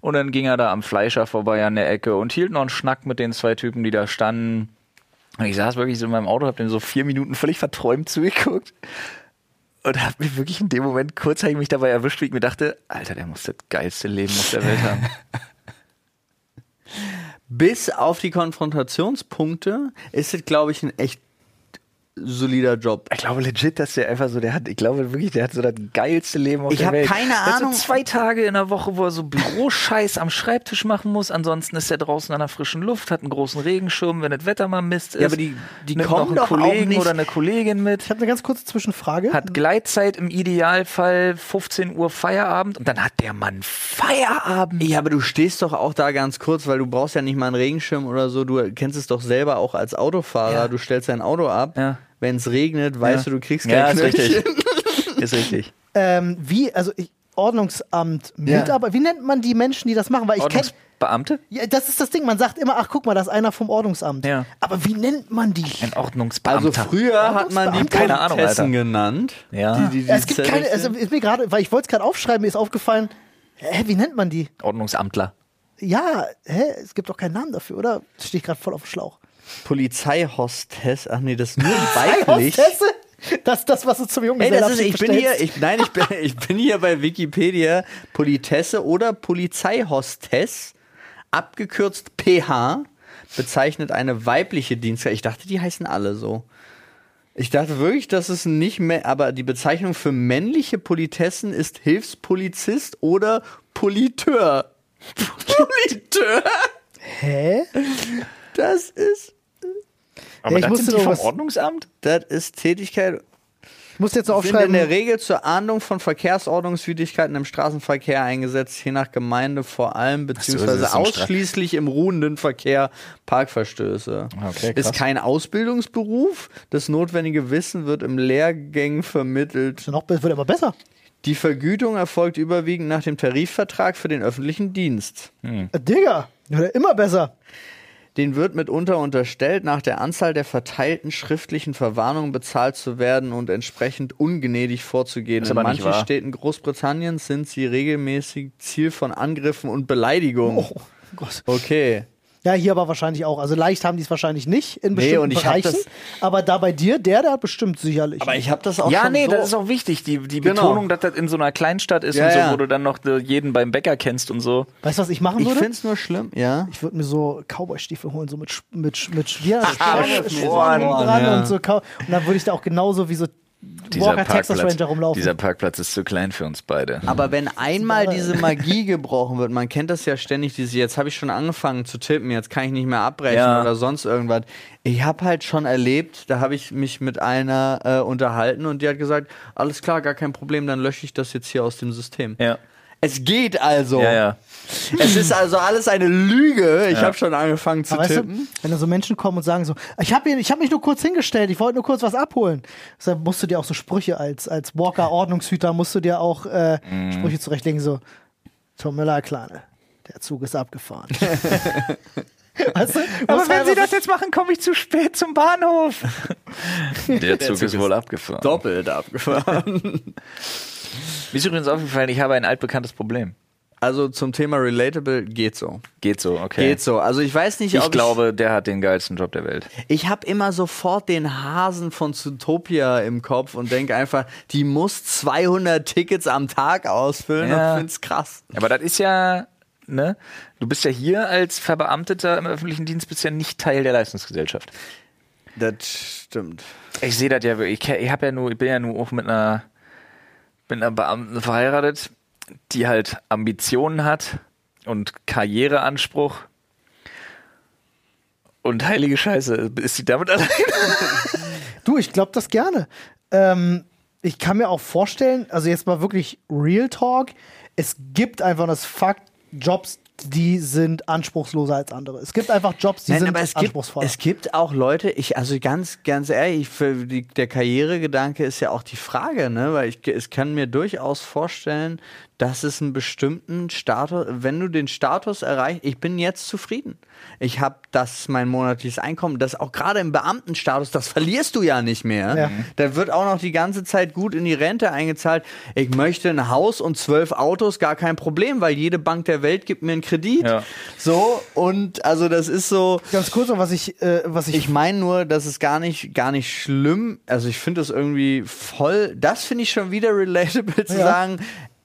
Speaker 3: Und dann ging er da am Fleischer vorbei an der Ecke und hielt noch einen Schnack mit den zwei Typen, die da standen. Und ich saß wirklich so in meinem Auto, hab dem so vier Minuten völlig verträumt zugeguckt. Und hab mich wirklich in dem Moment kurz hab ich mich dabei erwischt, wie ich mir dachte, Alter, der muss das geilste Leben auf der Welt haben.
Speaker 2: Bis auf die Konfrontationspunkte ist es, glaube ich, ein echt solider Job.
Speaker 3: Ich glaube legit, dass der einfach so, der hat, ich glaube wirklich, der hat so das geilste Leben auf
Speaker 2: Ich
Speaker 3: der
Speaker 2: hab
Speaker 3: Welt.
Speaker 2: keine
Speaker 3: Der hat
Speaker 2: Ahnung.
Speaker 3: So zwei Tage in der Woche, wo er so Büroscheiß am Schreibtisch machen muss. Ansonsten ist er draußen an der frischen Luft, hat einen großen Regenschirm, wenn das Wetter mal Mist ist.
Speaker 2: Ja, aber die- die
Speaker 3: nimmt
Speaker 2: kommen
Speaker 3: noch
Speaker 2: doch auch
Speaker 3: einen Kollegen
Speaker 2: nicht-
Speaker 3: oder eine Kollegin mit.
Speaker 5: Ich habe eine ganz kurze Zwischenfrage.
Speaker 3: Hat Gleitzeit im Idealfall 15 Uhr Feierabend und dann hat der Mann Feierabend.
Speaker 2: Ja, aber du stehst doch auch da ganz kurz, weil du brauchst ja nicht mal einen Regenschirm oder so. Du kennst es doch selber auch als Autofahrer.
Speaker 3: Ja.
Speaker 2: Du stellst dein Auto ab.
Speaker 3: Ja.
Speaker 2: Wenn es regnet, weißt du, du kriegst kein
Speaker 3: ja, ist
Speaker 2: Knöllchen.
Speaker 3: richtig. ist richtig.
Speaker 5: Ähm, wie, also ich, Ordnungsamt, Mitarbeiter, wie nennt man die Menschen, die das machen? Weil ich kenn,
Speaker 3: Ordnungsbeamte?
Speaker 5: ja, das ist das Ding, man sagt immer, ach guck mal, da ist einer vom Ordnungsamt.
Speaker 3: Ja.
Speaker 5: Aber wie nennt man die?
Speaker 3: Ein Ordnungsbeamter.
Speaker 2: Also früher hat man die
Speaker 5: Ordnungsbeamter?
Speaker 3: Keine Ahnung,
Speaker 2: Politessen
Speaker 3: Alter.
Speaker 2: genannt.
Speaker 3: Ja.
Speaker 2: Die, die, die
Speaker 5: es gibt keine,
Speaker 2: Zettel-
Speaker 5: also ist mir gerade, weil ich wollte es gerade aufschreiben, mir ist aufgefallen, hä, wie nennt man die?
Speaker 3: Ordnungsamtler.
Speaker 5: Ja, hä, es gibt doch keinen Namen dafür, oder? Stehe ich gerade voll auf dem Schlauch.
Speaker 2: Polizeihostess. Ach nee, das ist nur weiblich.
Speaker 5: Hostesse? Das, das, was du zum Jungen
Speaker 2: Ey, das ist, ich bin hier, ich, nein, ich bin, ich bin hier bei Wikipedia Politesse oder Polizeihostess, abgekürzt PH, bezeichnet eine weibliche Dienstleistung. Ich dachte, die heißen alle so. Ich dachte wirklich, dass es nicht mehr, aber die Bezeichnung für männliche Politessen ist Hilfspolizist oder <laughs> Politeur. Politeur?
Speaker 5: Hä?
Speaker 2: Das ist,
Speaker 5: Aber ich das musste sind die doch vom was-
Speaker 3: Ordnungsamt?
Speaker 2: das ist Tätigkeit
Speaker 5: Ich muss jetzt noch
Speaker 2: sind in
Speaker 5: aufschreiben.
Speaker 2: der Regel zur Ahndung von Verkehrsordnungswidrigkeiten im Straßenverkehr eingesetzt, je nach Gemeinde vor allem
Speaker 3: es
Speaker 2: beziehungsweise
Speaker 3: ist im Stra-
Speaker 2: ausschließlich im ruhenden Verkehr Parkverstöße.
Speaker 3: Okay, krass.
Speaker 2: ist kein Ausbildungsberuf, das notwendige Wissen wird im Lehrgängen vermittelt.
Speaker 5: Noch wird immer besser.
Speaker 2: Die Vergütung erfolgt überwiegend nach dem Tarifvertrag für den öffentlichen Dienst.
Speaker 5: Äh, Digga, wird immer besser.
Speaker 2: Den wird mitunter unterstellt, nach der Anzahl der verteilten schriftlichen Verwarnungen bezahlt zu werden und entsprechend ungnädig vorzugehen.
Speaker 3: Ist
Speaker 2: In
Speaker 3: aber nicht
Speaker 2: manchen
Speaker 3: wahr.
Speaker 2: Städten Großbritanniens sind sie regelmäßig Ziel von Angriffen und Beleidigungen.
Speaker 5: Oh Gott.
Speaker 2: Okay.
Speaker 5: Ja, hier aber wahrscheinlich auch. Also leicht haben die es wahrscheinlich nicht in
Speaker 2: Nee,
Speaker 5: bestimmten
Speaker 2: und ich hab
Speaker 5: Bereichen.
Speaker 2: das-
Speaker 5: aber da bei dir, der, der hat bestimmt sicherlich.
Speaker 2: Aber ich habe das auch
Speaker 3: ja,
Speaker 2: schon
Speaker 3: Ah, nee,
Speaker 2: so
Speaker 3: das ist auch wichtig. Die, die
Speaker 2: Genau.
Speaker 3: Betonung, dass das in so einer Kleinstadt ist
Speaker 2: Ja,
Speaker 3: und so,
Speaker 2: ja.
Speaker 3: wo du dann noch äh, jeden beim Bäcker kennst und so.
Speaker 5: weißt du, was ich machen
Speaker 2: Ich
Speaker 5: würde?
Speaker 2: finde es nur schlimm, ja.
Speaker 5: ich würde mir so Cowboy-Stiefel holen, so mit, Sch- mit, Sch-
Speaker 2: <laughs>
Speaker 5: mit Schwer
Speaker 2: Schwertschmieden.
Speaker 5: Sporen
Speaker 2: Sporen,
Speaker 5: dran
Speaker 2: ja.
Speaker 5: und so. Cow- Und dann würde ich da auch genauso wie so Walker Texas Ranger rumlaufen.
Speaker 3: dieser Parkplatz ist zu klein für uns beide.
Speaker 2: Aber wenn einmal diese
Speaker 3: <laughs>
Speaker 2: Magie gebrochen wird, man kennt das ja ständig, diese, jetzt habe ich schon angefangen zu tippen, jetzt kann ich nicht mehr abbrechen
Speaker 3: Ja.
Speaker 2: oder sonst irgendwas. Ich habe halt schon erlebt, da habe ich mich mit einer äh, unterhalten und die hat gesagt, alles klar, gar kein Problem, dann lösche ich das jetzt hier aus dem System.
Speaker 3: Ja.
Speaker 2: Es geht also.
Speaker 3: Ja, ja.
Speaker 2: Es ist also alles eine Lüge. Ich habe schon angefangen zu
Speaker 5: Aber weißt
Speaker 2: tippen.
Speaker 5: du, wenn da so Menschen kommen und sagen so, ich habe hab mich nur kurz hingestellt, ich wollte nur kurz was abholen. Deshalb musst du dir auch so Sprüche als, als Walker-Ordnungshüter, musst du dir auch äh,
Speaker 2: Mhm.
Speaker 5: Sprüche zurechtlegen, so, Tom Müller, Kleine, der Zug
Speaker 2: <laughs>
Speaker 5: ist abgefahren. weißt du, musst einfach so-
Speaker 3: jetzt machen, komme ich zu spät zum Bahnhof. <laughs> Der Zug ist wohl abgefahren.
Speaker 2: Doppelt
Speaker 3: <laughs>
Speaker 2: abgefahren.
Speaker 3: Mir ist übrigens aufgefallen, ich habe ein altbekanntes Problem.
Speaker 2: Also zum Thema Relatable geht so.
Speaker 3: Geht so, okay.
Speaker 2: Geht so. Also ich weiß nicht,
Speaker 3: Ich
Speaker 2: ob
Speaker 3: glaube, der hat den geilsten Job der Welt.
Speaker 2: Ich habe immer sofort den Hasen von Zootopia im Kopf und denke einfach, die muss 200 Tickets am Tag ausfüllen
Speaker 3: Ja.
Speaker 2: und find's krass.
Speaker 3: Aber das ist ja, ne? Du bist ja hier als Verbeamteter im öffentlichen Dienst bisher nicht Teil der Leistungsgesellschaft.
Speaker 2: Das stimmt.
Speaker 3: Ich sehe das ja wirklich. Ich, ke- ich, hab ja nur, ich bin ja nur auch mit einer, mit einer Beamten verheiratet, die halt Ambitionen hat und Karriereanspruch. Und heilige Scheiße, ist sie damit <laughs> allein?
Speaker 5: Du, ich glaube das gerne. Ähm, ich kann mir auch vorstellen, also jetzt mal wirklich Real Talk, es gibt einfach das Fakt Jobs, die sind anspruchsloser als andere. Es gibt einfach Jobs, die
Speaker 2: Nein,
Speaker 5: sind
Speaker 2: aber es gibt,
Speaker 5: anspruchsvoller.
Speaker 2: es gibt auch Leute, ich, also ganz, ganz ehrlich, für die, der Karrieregedanke ist ja auch die Frage, ne? Weil ich, ich kann mir durchaus vorstellen, dass es einen bestimmten Status, wenn du den Status erreichst, ich bin jetzt zufrieden. Ich habe das mein monatliches Einkommen, das auch gerade im Beamtenstatus, das verlierst du ja nicht mehr.
Speaker 5: Ja.
Speaker 2: Da wird auch noch die ganze Zeit gut in die Rente eingezahlt. Ich möchte ein Haus und zwölf Autos, gar kein Problem, weil jede Bank der Welt gibt mir einen
Speaker 5: <laughs>
Speaker 2: Kredit.
Speaker 3: Ja.
Speaker 2: So, und also das ist so.
Speaker 5: Ganz kurz noch, was ich, äh, was ich
Speaker 2: Ich meine nur, dass es gar nicht, gar nicht schlimm. Also ich finde das irgendwie voll. Das finde ich schon wieder relatable zu
Speaker 5: Ja.
Speaker 2: sagen.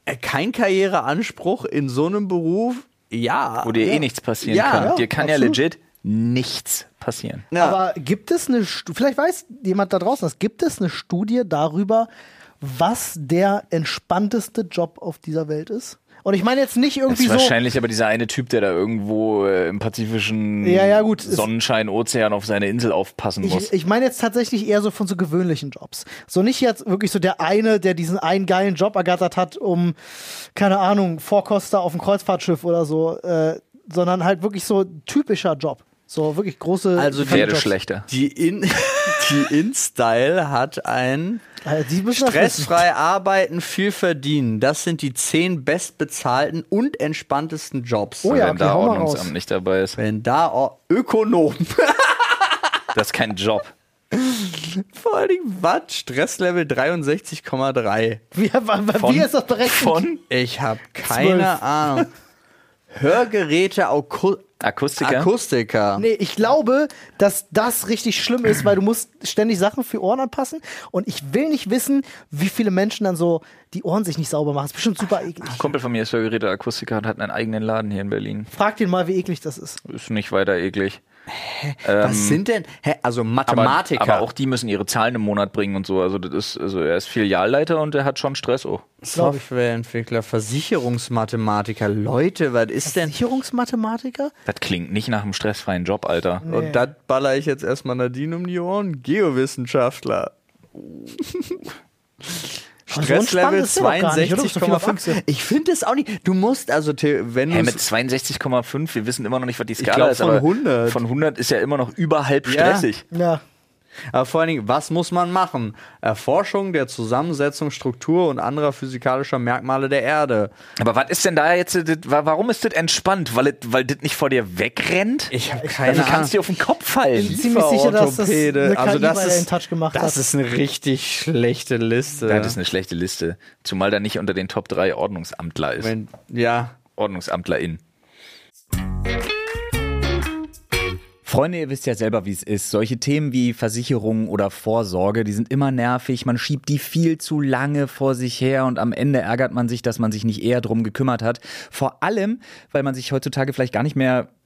Speaker 2: äh, Kein Karriereanspruch in so einem Beruf. Ja.
Speaker 3: Wo dir
Speaker 2: ja.
Speaker 3: eh nichts passieren
Speaker 2: Ja,
Speaker 3: kann.
Speaker 2: ja,
Speaker 3: dir kann
Speaker 5: absolut.
Speaker 3: ja legit nichts passieren.
Speaker 2: Ja.
Speaker 5: Aber gibt es eine, Stu- vielleicht weiß jemand da draußen das, gibt es eine Studie darüber, was der entspannteste Job auf dieser Welt ist? Und ich meine jetzt nicht
Speaker 3: Das
Speaker 5: irgendwie
Speaker 3: ist
Speaker 5: so,
Speaker 3: wahrscheinlich aber dieser eine Typ, der da irgendwo äh, im pazifischen
Speaker 5: Ja, ja, gut, es-
Speaker 3: Sonnenschein, Ozean auf seine Insel aufpassen muss.
Speaker 5: ich, oh ich meine jetzt tatsächlich eher so von so gewöhnlichen Jobs. So nicht jetzt wirklich so der eine, der diesen einen geilen Job ergattert hat, um, keine Ahnung, Vorkoster auf dem Kreuzfahrtschiff oder so, äh, sondern halt wirklich so ein typischer Job. So wirklich große
Speaker 2: Also die-
Speaker 5: Jobs.
Speaker 3: schlechter.
Speaker 2: Die in <laughs> die InStyle hat ein
Speaker 5: Äh, die müssen das wissen.
Speaker 2: stressfrei arbeiten, viel verdienen. Das sind die zehn bestbezahlten und entspanntesten Jobs.
Speaker 5: Oh ja,
Speaker 3: wenn
Speaker 5: okay,
Speaker 3: da
Speaker 5: hau mal
Speaker 3: Ordnungsamt
Speaker 5: raus.
Speaker 3: nicht dabei ist.
Speaker 2: Wenn da Or- Ökonom
Speaker 3: Das ist kein Job.
Speaker 2: Vor allen Dingen, was? Stresslevel 63,3.
Speaker 5: Wie, wie ist das berechnet?
Speaker 3: Von
Speaker 2: Ich habe keine
Speaker 5: Zwölf.
Speaker 2: Ahnung. Hörgeräte Aku
Speaker 3: Akustiker.
Speaker 2: Akustiker.
Speaker 5: Nee, ich glaube, dass das richtig schlimm ist, weil du musst ständig Sachen für Ohren anpassen und ich will nicht wissen, wie viele Menschen dann so die Ohren sich nicht sauber machen. ist bestimmt super eklig.
Speaker 3: Ein Kumpel von mir ist Hörgeräte Akustiker und hat einen eigenen Laden hier in Berlin.
Speaker 5: Frag den mal, wie eklig das ist.
Speaker 3: Ist nicht weiter eklig.
Speaker 2: Was sind denn? Hä, also Mathematiker.
Speaker 3: Aber, aber auch die müssen ihre Zahlen im Monat bringen und so. Also das ist, also er ist Filialleiter und er hat schon Stress. Oh.
Speaker 5: glaub ich.
Speaker 2: Softwareentwickler, Versicherungsmathematiker. Leute, was ist denn?
Speaker 5: Sicherungsmathematiker?
Speaker 3: Das klingt nicht nach einem stressfreien Job, Alter.
Speaker 5: Nee.
Speaker 2: Und das baller ich jetzt erstmal Nadine um die Ohren.
Speaker 5: <laughs>
Speaker 2: Geowissenschaftler.
Speaker 5: Aber Also so ein
Speaker 2: Stresslevel
Speaker 5: spannendes Thema gar nicht, oder? So viele
Speaker 2: 62,5.
Speaker 5: Füchse.
Speaker 2: Ich finde es auch nicht. Du musst also, the- wenn
Speaker 3: Hey,
Speaker 2: du
Speaker 3: mit 62,5, wir wissen immer noch nicht, was die Skala
Speaker 2: glaub,
Speaker 3: ist.
Speaker 2: von
Speaker 3: aber
Speaker 2: 100.
Speaker 3: Von 100 ist ja immer noch überhalb
Speaker 2: Ja.
Speaker 3: stressig.
Speaker 5: Ja.
Speaker 2: Aber vor allen Dingen, was muss man machen? Erforschung der Zusammensetzung, Struktur und anderer physikalischer Merkmale der Erde.
Speaker 3: Aber was ist denn da jetzt, äh, das- wa- warum ist das entspannt? Weil das weil das nicht vor dir wegrennt?
Speaker 2: Ich habe
Speaker 3: Dann
Speaker 5: also
Speaker 2: keine
Speaker 3: kannst du
Speaker 2: Ahnung.
Speaker 3: dir auf den Kopf fallen.
Speaker 5: Bin ziemlich sicher, dass das
Speaker 2: Kieferorthopäde.
Speaker 5: eine KI
Speaker 2: also das
Speaker 5: bei
Speaker 2: ist,
Speaker 5: der InTouch gemacht
Speaker 2: das
Speaker 5: hat.
Speaker 2: ist eine richtig schlechte Liste.
Speaker 3: Das ist eine schlechte Liste. Zumal da nicht unter den Top 3 Ordnungsamtler ist.
Speaker 2: Wenn, ja.
Speaker 3: Ordnungsamtlerin. Freunde, ihr wisst ja selber, wie es ist. Solche Themen wie Versicherung oder Vorsorge, die sind immer nervig. Man schiebt die viel zu lange vor sich her und am Ende ärgert man sich, dass man sich nicht eher drum gekümmert hat. Vor allem, weil man sich heutzutage vielleicht gar nicht mehr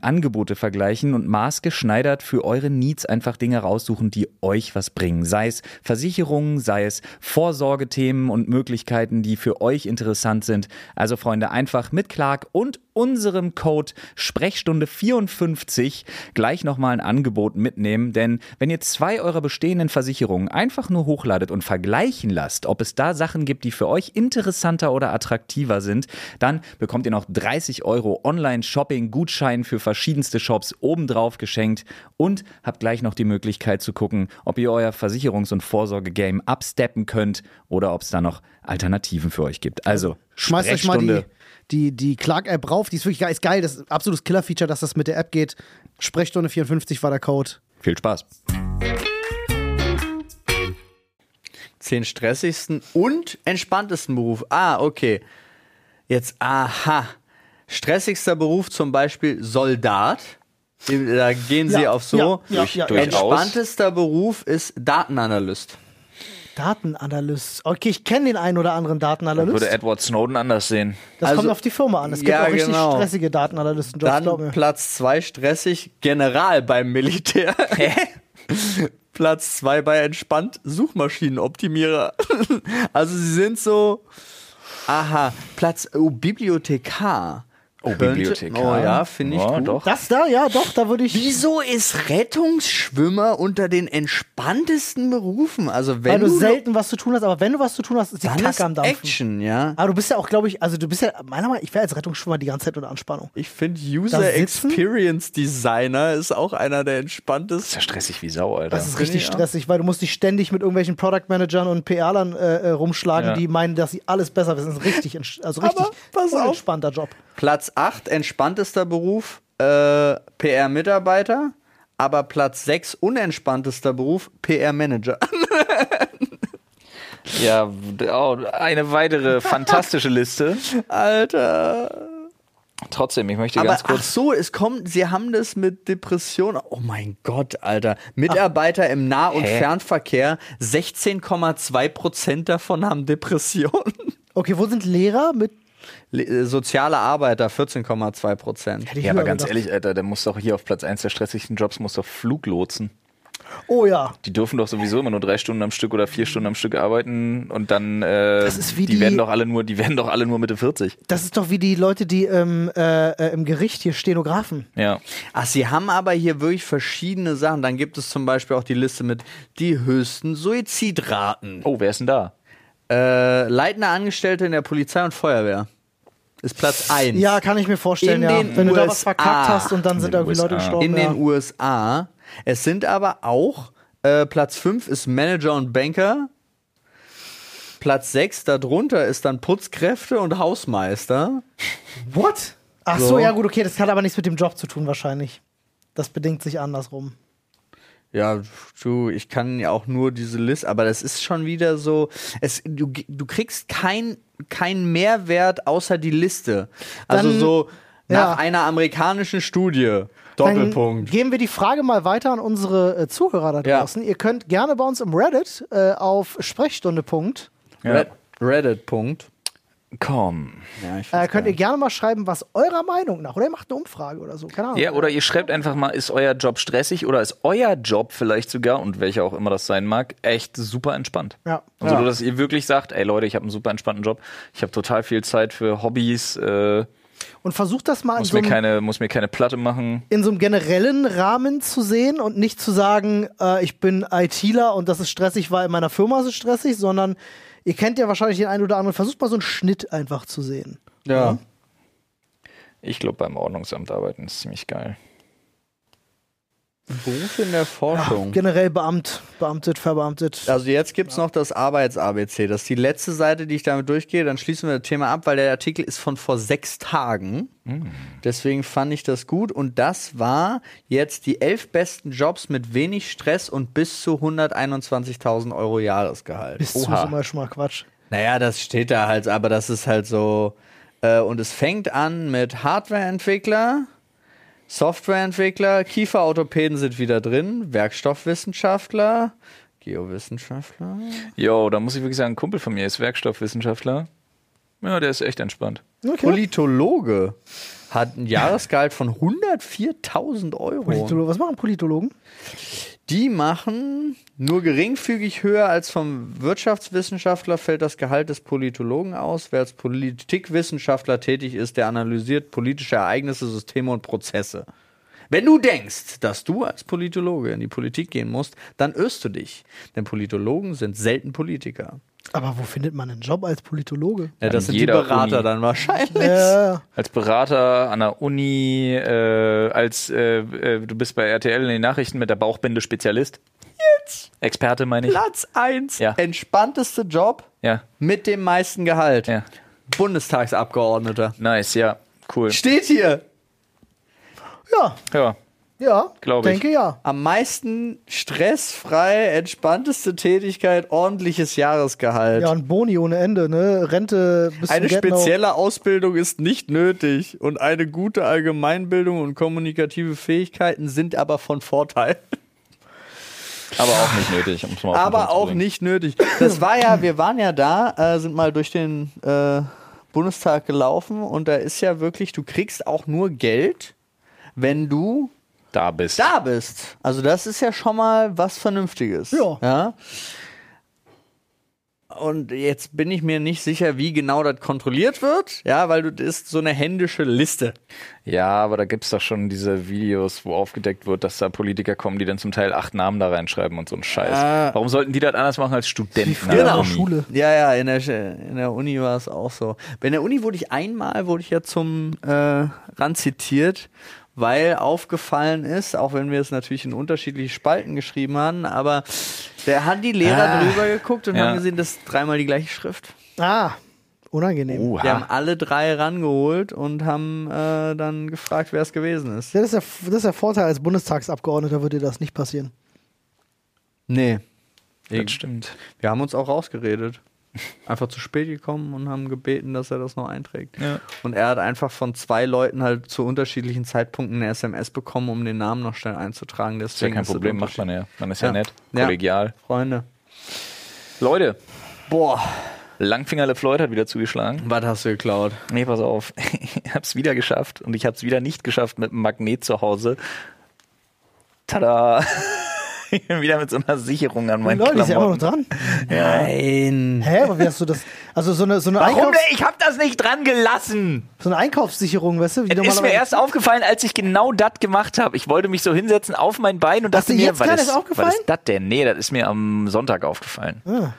Speaker 3: Angebote vergleichen und maßgeschneidert für eure Needs einfach Dinge raussuchen, die euch was bringen. Sei es Versicherungen, sei es Vorsorgethemen und Möglichkeiten, die für euch interessant sind. Also Freunde, einfach mit Clark und unserem Code Sprechstunde 54 gleich nochmal ein Angebot mitnehmen, denn wenn ihr zwei eurer bestehenden Versicherungen einfach nur hochladet und vergleichen lasst, ob es da Sachen gibt, die für euch interessanter oder attraktiver sind, dann bekommt ihr noch 30 Euro Online-Shopping-Gutschein für verschiedenste Shops obendrauf geschenkt und habt gleich noch die Möglichkeit zu gucken, ob ihr euer Versicherungs- und Vorsorge-Game upsteppen könnt oder ob es da noch Alternativen für euch gibt. Also,
Speaker 5: Schmeißt euch mal die,
Speaker 3: Sprechstunde.
Speaker 5: die, die Clark-App rauf. Die ist wirklich geil. Ist geil. Das ist ein absolutes Killer-Feature, dass das mit der App geht. Sprechstunde 54 war der Code.
Speaker 3: Viel Spaß.
Speaker 2: Zehn stressigsten und entspanntesten Beruf. Ah, okay. Jetzt, aha. Stressigster Beruf zum Beispiel Soldat. Da gehen sie
Speaker 5: Ja,
Speaker 2: auf so.
Speaker 5: ja, ja,
Speaker 6: Durch- ja.
Speaker 2: Entspanntester Beruf ist Datenanalyst.
Speaker 5: Datenanalyst. Okay, ich kenne den einen oder anderen Datenanalyst.
Speaker 6: Würde Edward Snowden anders sehen.
Speaker 5: das
Speaker 2: also-
Speaker 5: kommt auf die Firma an. Es gibt
Speaker 2: Ja,
Speaker 5: auch richtig
Speaker 2: genau.
Speaker 5: stressige Datenanalystenjobs, glaub
Speaker 2: Dann
Speaker 5: mir.
Speaker 2: Platz zwei stressig General beim Militär. <laughs> Platz zwei bei entspannt Suchmaschinenoptimierer. <laughs> also sie sind so. Aha, Platz oh, Bibliothekar.
Speaker 6: Oh,
Speaker 2: Könnte-
Speaker 6: Bibliothekar.
Speaker 2: Oh ja, finde ich
Speaker 6: Ja,
Speaker 2: gut.
Speaker 6: doch.
Speaker 5: Das da, ja, doch, da würde ich.
Speaker 2: Wieso ist Rettungsschwimmer unter den entspanntesten Berufen? Also wenn
Speaker 5: Weil du
Speaker 2: du
Speaker 5: selten was zu tun hast, aber wenn du was zu tun hast, ist die
Speaker 2: dann ist
Speaker 5: Kacke am Dampfen.
Speaker 2: Action, ja.
Speaker 5: Aber du bist ja auch, glaube ich, also du bist ja, meiner Meinung nach, ich wäre als Rettungsschwimmer die ganze Zeit unter Anspannung.
Speaker 2: Ich finde
Speaker 5: Da
Speaker 2: User
Speaker 5: sitzen?
Speaker 2: Experience Designer ist auch einer der entspanntesten.
Speaker 6: Ist ja stressig wie Sau, Alter.
Speaker 5: Das ist
Speaker 2: Bin
Speaker 5: richtig
Speaker 2: ich auch.
Speaker 5: stressig, weil du musst dich ständig mit irgendwelchen Product Managern und PRlern äh, äh, rumschlagen,
Speaker 6: Ja.
Speaker 5: die meinen, dass sie alles besser wissen. Das ist richtig, entsch- also richtig
Speaker 2: Aber pass auf.
Speaker 5: unentspannter Job.
Speaker 2: Platz 8, entspanntester Beruf, äh, PR-Mitarbeiter. Aber Platz 6, unentspanntester Beruf, PR-Manager.
Speaker 6: Ja, d- oh, eine weitere fantastische Liste.
Speaker 2: <laughs> Alter.
Speaker 6: Trotzdem, ich möchte
Speaker 2: Aber
Speaker 6: ganz
Speaker 2: ach
Speaker 6: kurz.
Speaker 2: so, es kommt, sie haben das mit Depression. Oh mein Gott, Alter. Mitarbeiter im Nah- und
Speaker 6: Hä?
Speaker 2: Fernverkehr, 16,2 Prozent davon haben Depression. <laughs>
Speaker 5: Okay, wo sind Lehrer mit.
Speaker 2: Le- äh, Soziale Arbeiter, 14,2 Prozent.
Speaker 5: Hätte ich
Speaker 6: Ja, aber
Speaker 5: höher
Speaker 6: ganz
Speaker 5: gedacht.
Speaker 6: ehrlich, Alter, der muss doch hier auf Platz 1 der stressigsten Jobs, muss doch Fluglotsen.
Speaker 5: Oh ja.
Speaker 6: Die dürfen doch sowieso immer nur drei Stunden am Stück oder vier Stunden am Stück arbeiten und dann, äh,
Speaker 5: Das ist wie
Speaker 6: die,
Speaker 5: die-
Speaker 6: werden doch alle nur, die <laughs> werden doch alle nur Mitte 40.
Speaker 5: Das ist doch wie die Leute, die ähm, äh, äh, im Gericht hier Stenografen.
Speaker 6: Ja.
Speaker 2: Ach, sie haben aber hier wirklich verschiedene Sachen. Dann gibt es zum Beispiel auch die Liste mit die höchsten Suizidraten.
Speaker 6: Oh, wer ist denn da?
Speaker 2: Äh, leitende Angestellte in der Polizei und Feuerwehr. Ist Platz 1.
Speaker 5: Ja, genau, kann ich mir vorstellen,
Speaker 2: In
Speaker 5: ja.
Speaker 2: den
Speaker 5: Wenn du da was
Speaker 2: USA.
Speaker 5: verkackt hast und dann sind
Speaker 6: den
Speaker 5: irgendwie Leute
Speaker 6: USA.
Speaker 5: gestorben.
Speaker 2: in
Speaker 5: ja.
Speaker 2: den USA. Es sind aber auch, äh, Platz 5 ist Manager und Banker. Platz 6 darunter ist dann Putzkräfte und Hausmeister.
Speaker 5: What? Ach so.
Speaker 2: So.
Speaker 5: ja gut, okay, das hat aber nichts mit dem Job zu tun wahrscheinlich. Das bedingt sich andersrum.
Speaker 2: Ja, du, ich kann ja auch nur diese List, aber das ist schon wieder so, es, du, g- du kriegst keinen kein Mehrwert außer die Liste. Also
Speaker 5: Dann-
Speaker 2: so nach
Speaker 5: ja.
Speaker 2: einer amerikanischen Studie. Doppelpunkt.
Speaker 5: Dann geben wir die Frage mal weiter an unsere äh, Zuhörer da
Speaker 2: Ja.
Speaker 5: draußen. Ihr könnt gerne bei uns im Reddit äh, auf Sprechstunde. Punkt,
Speaker 2: Red, Reddit. Punkt.
Speaker 6: Komm.
Speaker 2: Ja, ich
Speaker 5: Äh,
Speaker 2: find's
Speaker 5: könnt ihr
Speaker 2: geil.
Speaker 5: gerne mal schreiben, was eurer Meinung nach oder ihr macht eine Umfrage oder so. Keine Ahnung.
Speaker 6: Ja, oder ihr schreibt einfach mal, ist euer Job stressig oder ist euer Job vielleicht sogar, und welcher auch immer das sein mag, echt super entspannt.
Speaker 5: Ja.
Speaker 6: Also,
Speaker 2: Ja.
Speaker 6: dass ihr wirklich sagt, ey Leute, ich habe einen super entspannten Job, ich habe total viel Zeit für Hobbys, äh,
Speaker 5: Und versucht das mal in
Speaker 6: muss,
Speaker 5: so,
Speaker 6: mir
Speaker 5: einem,
Speaker 6: keine, muss mir keine Platte machen.
Speaker 5: in so einem generellen Rahmen zu sehen und nicht zu sagen, äh, ich bin ITler und das ist stressig, weil in meiner Firma ist es stressig, sondern ihr kennt ja wahrscheinlich den einen oder anderen. Versucht mal so einen Schnitt einfach zu sehen.
Speaker 2: Ja.
Speaker 6: Ich glaube, beim Ordnungsamt arbeiten ist ziemlich geil.
Speaker 2: Berufe in der Forschung.
Speaker 5: Generell Beamt, Beamtet, Verbeamtet.
Speaker 2: Also jetzt gibt es noch das Arbeits-ABC. Das ist die letzte Seite, die ich damit durchgehe. Dann schließen wir das Thema ab, weil der Artikel ist von vor sechs Tagen. Deswegen fand ich das gut. Und das war jetzt die elf besten Jobs mit wenig Stress und bis zu 121.000 Euro Jahresgehalt.
Speaker 5: Bis zu
Speaker 3: Oha.
Speaker 5: so mal schon mal Quatsch.
Speaker 2: Naja, das steht da halt, aber das ist halt so. Äh, und es fängt an mit Hardwareentwickler, Softwareentwickler, Kieferorthopäden sind wieder drin, Werkstoffwissenschaftler, Geowissenschaftler.
Speaker 3: Jo, da muss ich wirklich sagen, ein Kumpel von mir ist Werkstoffwissenschaftler. Ja, der ist echt entspannt.
Speaker 5: Okay.
Speaker 2: Politologe hat ein Jahresgehalt von 104.000 Euro.
Speaker 5: Politolo Was machen Politologen?
Speaker 2: Die machen nur geringfügig höher als vom Wirtschaftswissenschaftler fällt das Gehalt des Politologen aus. Wer als Politikwissenschaftler tätig ist, der analysiert politische Ereignisse, Systeme und Prozesse. Wenn du denkst, dass du als Politologe in die Politik gehen musst, dann irrst du dich. Denn Politologen sind selten Politiker.
Speaker 5: Aber wo findet man einen Job als Politologe? Äh,
Speaker 2: Ja,
Speaker 3: An
Speaker 2: das sind die
Speaker 3: jeder
Speaker 2: Berater
Speaker 3: Uni.
Speaker 2: dann wahrscheinlich.
Speaker 5: Ja,
Speaker 3: Als Berater an der Uni, äh, als äh, äh, du bist bei RTL in den Nachrichten mit der Bauchbinde Spezialist. Jetzt. Experte meine ich.
Speaker 2: Platz 1,
Speaker 3: Ja.
Speaker 2: entspannteste Job
Speaker 3: Ja,
Speaker 2: mit dem meisten Gehalt.
Speaker 3: ja.
Speaker 2: Bundestagsabgeordneter.
Speaker 3: Nice, ja. Cool.
Speaker 2: Steht hier.
Speaker 5: ja,
Speaker 3: Ja.
Speaker 5: ja.
Speaker 3: Glaub ich.
Speaker 5: Denke ja.
Speaker 2: Am meisten stressfrei, entspannteste Tätigkeit, ordentliches Jahresgehalt.
Speaker 5: Ja, und Boni ohne Ende, ne? Rente bis
Speaker 2: eine
Speaker 5: zum Get-No.
Speaker 2: spezielle Ausbildung ist nicht nötig und eine gute Allgemeinbildung und kommunikative Fähigkeiten sind aber von Vorteil. <laughs>
Speaker 3: Aber auch nicht nötig, um es mal auf den Punkt
Speaker 2: aber
Speaker 3: zu
Speaker 2: auch
Speaker 3: bringen.
Speaker 2: nicht nötig. Das war ja, wir waren ja da, äh, sind mal durch den äh, Bundestag gelaufen und da ist ja wirklich, du kriegst auch nur Geld, wenn du
Speaker 3: Da bist.
Speaker 2: da bist. Also das ist ja schon mal was Vernünftiges.
Speaker 5: Ja.
Speaker 2: Und jetzt bin ich mir nicht sicher, wie genau das kontrolliert wird, ja, weil du das ist so eine händische Liste.
Speaker 3: Ja, aber da gibt es doch schon diese Videos, wo aufgedeckt wird, dass da Politiker kommen, die dann zum Teil acht Namen da reinschreiben und so einen Scheiß.
Speaker 2: Ah.
Speaker 3: Warum sollten die das anders machen als Studenten?
Speaker 5: früher
Speaker 3: an der
Speaker 5: in der
Speaker 3: Uni?
Speaker 5: Schule.
Speaker 2: Ja, ja, in der, Sch- in der Uni war es auch so. In der Uni wurde ich einmal, wurde ich ja zum äh, ran zitiert, weil aufgefallen ist, auch wenn wir es natürlich in unterschiedliche Spalten geschrieben haben, aber da haben die Lehrer
Speaker 3: Ah.
Speaker 2: drüber geguckt und
Speaker 3: Ja.
Speaker 2: haben gesehen, das ist dreimal die gleiche Schrift.
Speaker 5: Ah, unangenehm.
Speaker 3: Oha.
Speaker 2: Wir haben alle drei rangeholt und haben äh, dann gefragt, wer es gewesen ist.
Speaker 5: Ja, das, ist der, das ist der Vorteil, als Bundestagsabgeordneter würde dir das nicht passieren.
Speaker 2: Nee.
Speaker 3: das stimmt.
Speaker 2: Wir haben uns auch rausgeredet. <laughs> Einfach zu spät gekommen und haben gebeten, dass er das noch einträgt.
Speaker 3: Ja.
Speaker 2: Und er hat einfach von zwei Leuten halt zu unterschiedlichen Zeitpunkten eine SMS bekommen, um den Namen noch schnell einzutragen.
Speaker 3: Ist ja
Speaker 2: Deswegen
Speaker 3: kein
Speaker 2: das
Speaker 3: Problem, macht man ja. Man ist ja,
Speaker 2: Ja.
Speaker 3: nett,
Speaker 2: Ja.
Speaker 3: kollegial.
Speaker 2: Freunde.
Speaker 3: Leute,
Speaker 2: Boah,
Speaker 3: Langfinger LeFloid hat wieder zugeschlagen.
Speaker 2: was hast du geklaut?
Speaker 3: Nee, pass auf. <laughs> Ich hab's wieder geschafft und ich hab's wieder nicht geschafft mit einem Magnet zu Hause. Tada! <laughs> Ich bin wieder mit so einer Sicherung an meinen
Speaker 5: Leute, ist ja immer noch
Speaker 3: Klamotten.
Speaker 5: dran.
Speaker 2: Nein.
Speaker 5: Hä, aber wie hast du das? Also so eine, so eine,
Speaker 3: Warum
Speaker 5: Einkaufs
Speaker 3: denn? Ich hab das nicht dran gelassen!
Speaker 5: so eine Einkaufssicherung, weißt du? Wie
Speaker 3: Es ist mir
Speaker 5: normalerweise-
Speaker 3: erst aufgefallen, als ich genau das gemacht habe. Ich wollte mich so hinsetzen auf mein Bein und
Speaker 5: Hast
Speaker 3: dachte
Speaker 5: du
Speaker 3: mir,
Speaker 5: jetzt
Speaker 3: was
Speaker 5: gerade erst
Speaker 3: ist,
Speaker 5: aufgefallen?
Speaker 3: was ist das denn? Nee, das ist mir am Sonntag aufgefallen.
Speaker 5: Ah.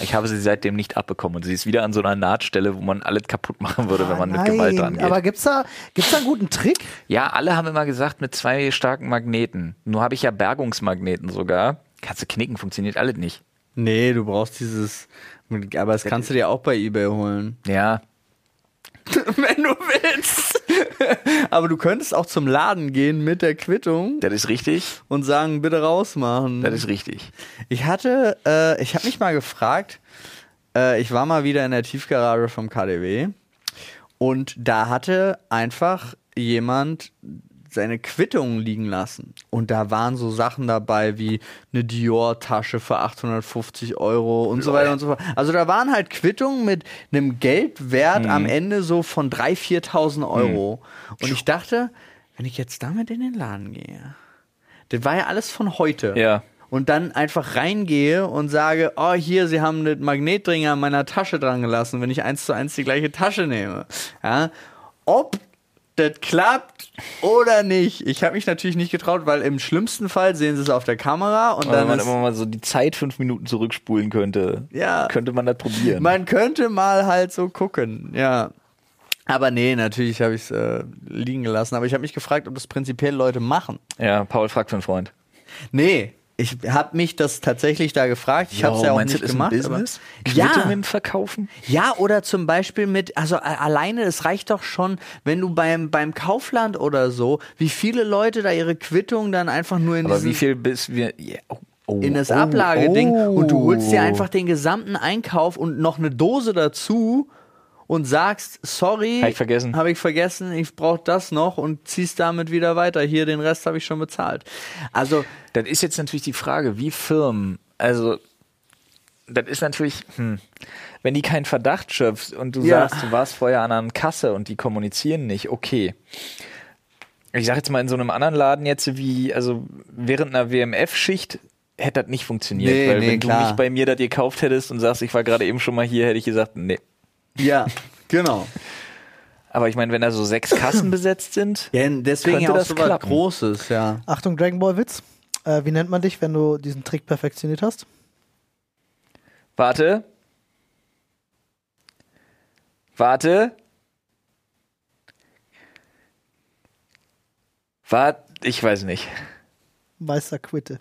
Speaker 3: Ich habe sie seitdem nicht abbekommen und sie ist wieder an so einer Nahtstelle, wo man alles kaputt machen würde, wenn man
Speaker 5: Ah, Nein,
Speaker 3: mit Gewalt dran geht.
Speaker 5: Aber gibt's da, gibt's da einen guten Trick?
Speaker 3: ja, alle haben immer gesagt, mit zwei starken Magneten. Nur habe ich ja Bergungsmagneten sogar. Kannst du knicken, funktioniert alles nicht.
Speaker 2: Nee, du brauchst dieses. Aber das kannst du dir auch bei Ebay holen.
Speaker 3: Ja.
Speaker 2: <laughs> Wenn du willst. Aber du könntest auch zum Laden gehen mit der Quittung
Speaker 3: Das ist richtig.
Speaker 2: und sagen, bitte rausmachen.
Speaker 3: Das ist richtig.
Speaker 2: Ich hatte, äh, ich habe mich mal gefragt, äh, ich war mal wieder in der Tiefgarage vom KDW und da hatte einfach jemand seine Quittungen liegen lassen. Und da waren so Sachen dabei wie eine Dior-Tasche für 850 Euro und so weiter und so fort. Also da waren halt Quittungen mit einem Geldwert am Ende so von 3.000, 4.000 Euro. Und ich dachte, wenn ich jetzt damit in den Laden gehe, das war ja alles von heute
Speaker 3: Ja.
Speaker 2: und dann einfach reingehe und sage, oh hier, sie haben einen Magnetdringer an meiner Tasche dran gelassen, wenn ich eins zu eins die gleiche Tasche nehme. Ja? Ob das klappt oder nicht. Ich habe mich natürlich nicht getraut, weil im schlimmsten Fall sehen sie es auf der Kamera und
Speaker 3: Wenn
Speaker 2: dann
Speaker 3: man
Speaker 2: ist,
Speaker 3: immer mal so die Zeit fünf Minuten zurückspulen könnte,
Speaker 2: Ja.
Speaker 3: könnte man das probieren.
Speaker 2: man könnte mal halt so gucken. Ja. Aber nee, natürlich habe ich es äh, liegen gelassen. Aber ich habe mich gefragt, ob das prinzipiell Leute machen.
Speaker 3: Ja, Paul fragt für einen Freund.
Speaker 2: Nee, ich habe mich das tatsächlich da gefragt. Ich habe es ja auch nicht gemacht. Aber, ja,
Speaker 3: Quittungen verkaufen?
Speaker 2: ja, oder zum Beispiel mit, also a- alleine, es reicht doch schon, wenn du beim, beim Kaufland oder so, wie viele Leute da ihre Quittung dann einfach nur in,
Speaker 3: Aber
Speaker 2: diesen,
Speaker 3: wie viel bis wir. ja, oh, oh,
Speaker 2: in das
Speaker 3: oh,
Speaker 2: Ablageding
Speaker 3: oh.
Speaker 2: und du holst dir einfach den gesamten Einkauf und noch eine Dose dazu und sagst, sorry,
Speaker 3: Hab ich vergessen.
Speaker 2: Habe ich vergessen, ich brauche das noch und ziehst damit wieder weiter. Hier, den Rest habe ich schon bezahlt. Also,
Speaker 3: Das ist jetzt natürlich die Frage, wie Firmen, also das ist natürlich, hm, wenn die keinen Verdacht schöpfst und du
Speaker 2: Ja.
Speaker 3: sagst, du warst vorher an einer Kasse und die kommunizieren nicht, okay. Ich sag jetzt mal, in so einem anderen Laden jetzt wie, also während einer WMF-Schicht hätte das nicht funktioniert,
Speaker 2: Nee,
Speaker 3: weil
Speaker 2: nee,
Speaker 3: wenn
Speaker 2: klar.
Speaker 3: du nicht bei mir das gekauft hättest und sagst, ich war gerade eben schon mal hier, hätte ich gesagt, nee.
Speaker 2: ja, <laughs> genau.
Speaker 3: Aber ich meine, wenn da so sechs
Speaker 5: <clears throat>
Speaker 3: Kassen besetzt sind,
Speaker 2: Ja, deswegen
Speaker 3: Könnte
Speaker 2: ja auch
Speaker 3: das
Speaker 2: so was
Speaker 3: klappen?
Speaker 2: Großes, ja.
Speaker 5: Achtung, Dragon Ball Witz. Äh, wie nennt man dich, wenn du diesen Trick perfektioniert hast?
Speaker 3: warte. Warte. Warte, ich weiß nicht.
Speaker 5: Meister Quitte.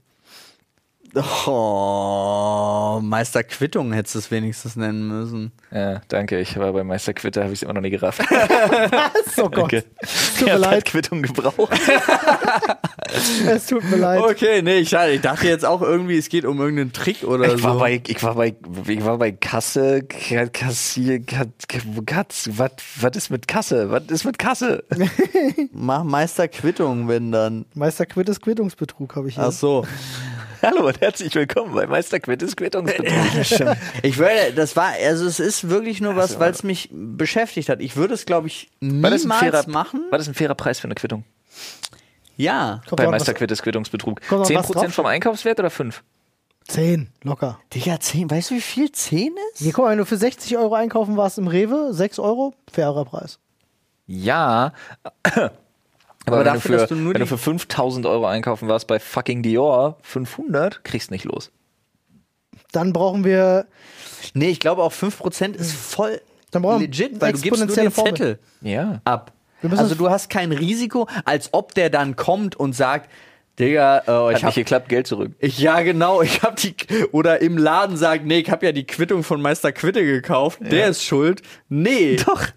Speaker 5: <laughs>
Speaker 2: Oh, Meister Quittung hättest du es wenigstens nennen müssen.
Speaker 3: Ja, danke, ich war bei Meister Quitter, habe ich immer noch nie gerafft.
Speaker 5: Oh Gott,
Speaker 3: Danke.
Speaker 5: tut
Speaker 3: Wer
Speaker 5: mir
Speaker 3: hat halt
Speaker 5: leid.
Speaker 3: Quittung gebraucht.
Speaker 5: es tut mir leid.
Speaker 2: Okay, nee, ich, ich dachte jetzt auch irgendwie, es geht um irgendeinen Trick oder
Speaker 3: Ich war, bei, ich, war bei, ich war bei Kasse, Ka- Kassier, Katz, was was ist mit Kasse? Was ist mit Kasse?
Speaker 2: Mach Meister Quittung, wenn dann.
Speaker 5: Meister Quitte ist Quittungsbetrug, habe ich hier.
Speaker 2: Ach
Speaker 3: Also.
Speaker 2: so.
Speaker 3: Hallo und herzlich willkommen bei Meister Quittes
Speaker 5: <laughs>
Speaker 3: Quittungsbetrug.
Speaker 2: <laughs> Ich würde, das war, also es ist wirklich nur was, weil es mich beschäftigt hat. Ich würde es, glaube ich,
Speaker 3: War das,
Speaker 2: niemals
Speaker 3: ein fairer,
Speaker 2: machen.
Speaker 3: war das ein fairer Preis für eine Quittung?
Speaker 2: Ja.
Speaker 5: Kommt
Speaker 3: Bei
Speaker 5: drauf an,
Speaker 3: Meister Quittes Quittungsbetrug.
Speaker 5: Kommt noch was
Speaker 3: 10%
Speaker 5: drauf?
Speaker 3: vom Einkaufswert oder 5?
Speaker 5: was- Zehn, locker.
Speaker 2: Digga, 10, weißt du, wie viel 10 ist?
Speaker 5: Hier, guck mal, wenn du für 60 Euro einkaufen warst im Rewe, 6 Euro, fairer Preis.
Speaker 3: Ja. <coughs> Aber,
Speaker 2: Aber
Speaker 3: wenn,
Speaker 2: dafür,
Speaker 3: du für,
Speaker 2: dass du nur
Speaker 3: wenn du
Speaker 2: die-
Speaker 3: für 5000 Euro einkaufen warst bei fucking Dior, 500 kriegst nicht los.
Speaker 5: Dann brauchen wir,
Speaker 2: Nee, ich glaube auch 5% ist voll
Speaker 5: Hm. Dann brauchen wir
Speaker 2: legit, weil du gibst nur
Speaker 5: exponentielle
Speaker 2: den
Speaker 5: Formel.
Speaker 2: Zettel.
Speaker 3: Ja.
Speaker 2: ab.
Speaker 5: Wir müssen
Speaker 2: Also
Speaker 5: es-
Speaker 2: du hast kein Risiko, als ob der dann kommt und sagt, Digga, äh,
Speaker 3: Hat
Speaker 2: ich hab,
Speaker 3: nicht geklappt, Geld zurück.
Speaker 2: ich, ja genau, ich hab die, oder im Laden sagt, nee, ich hab ja die Quittung von Meister Quitte gekauft, der ist schuld. Nee.
Speaker 3: <laughs> Doch.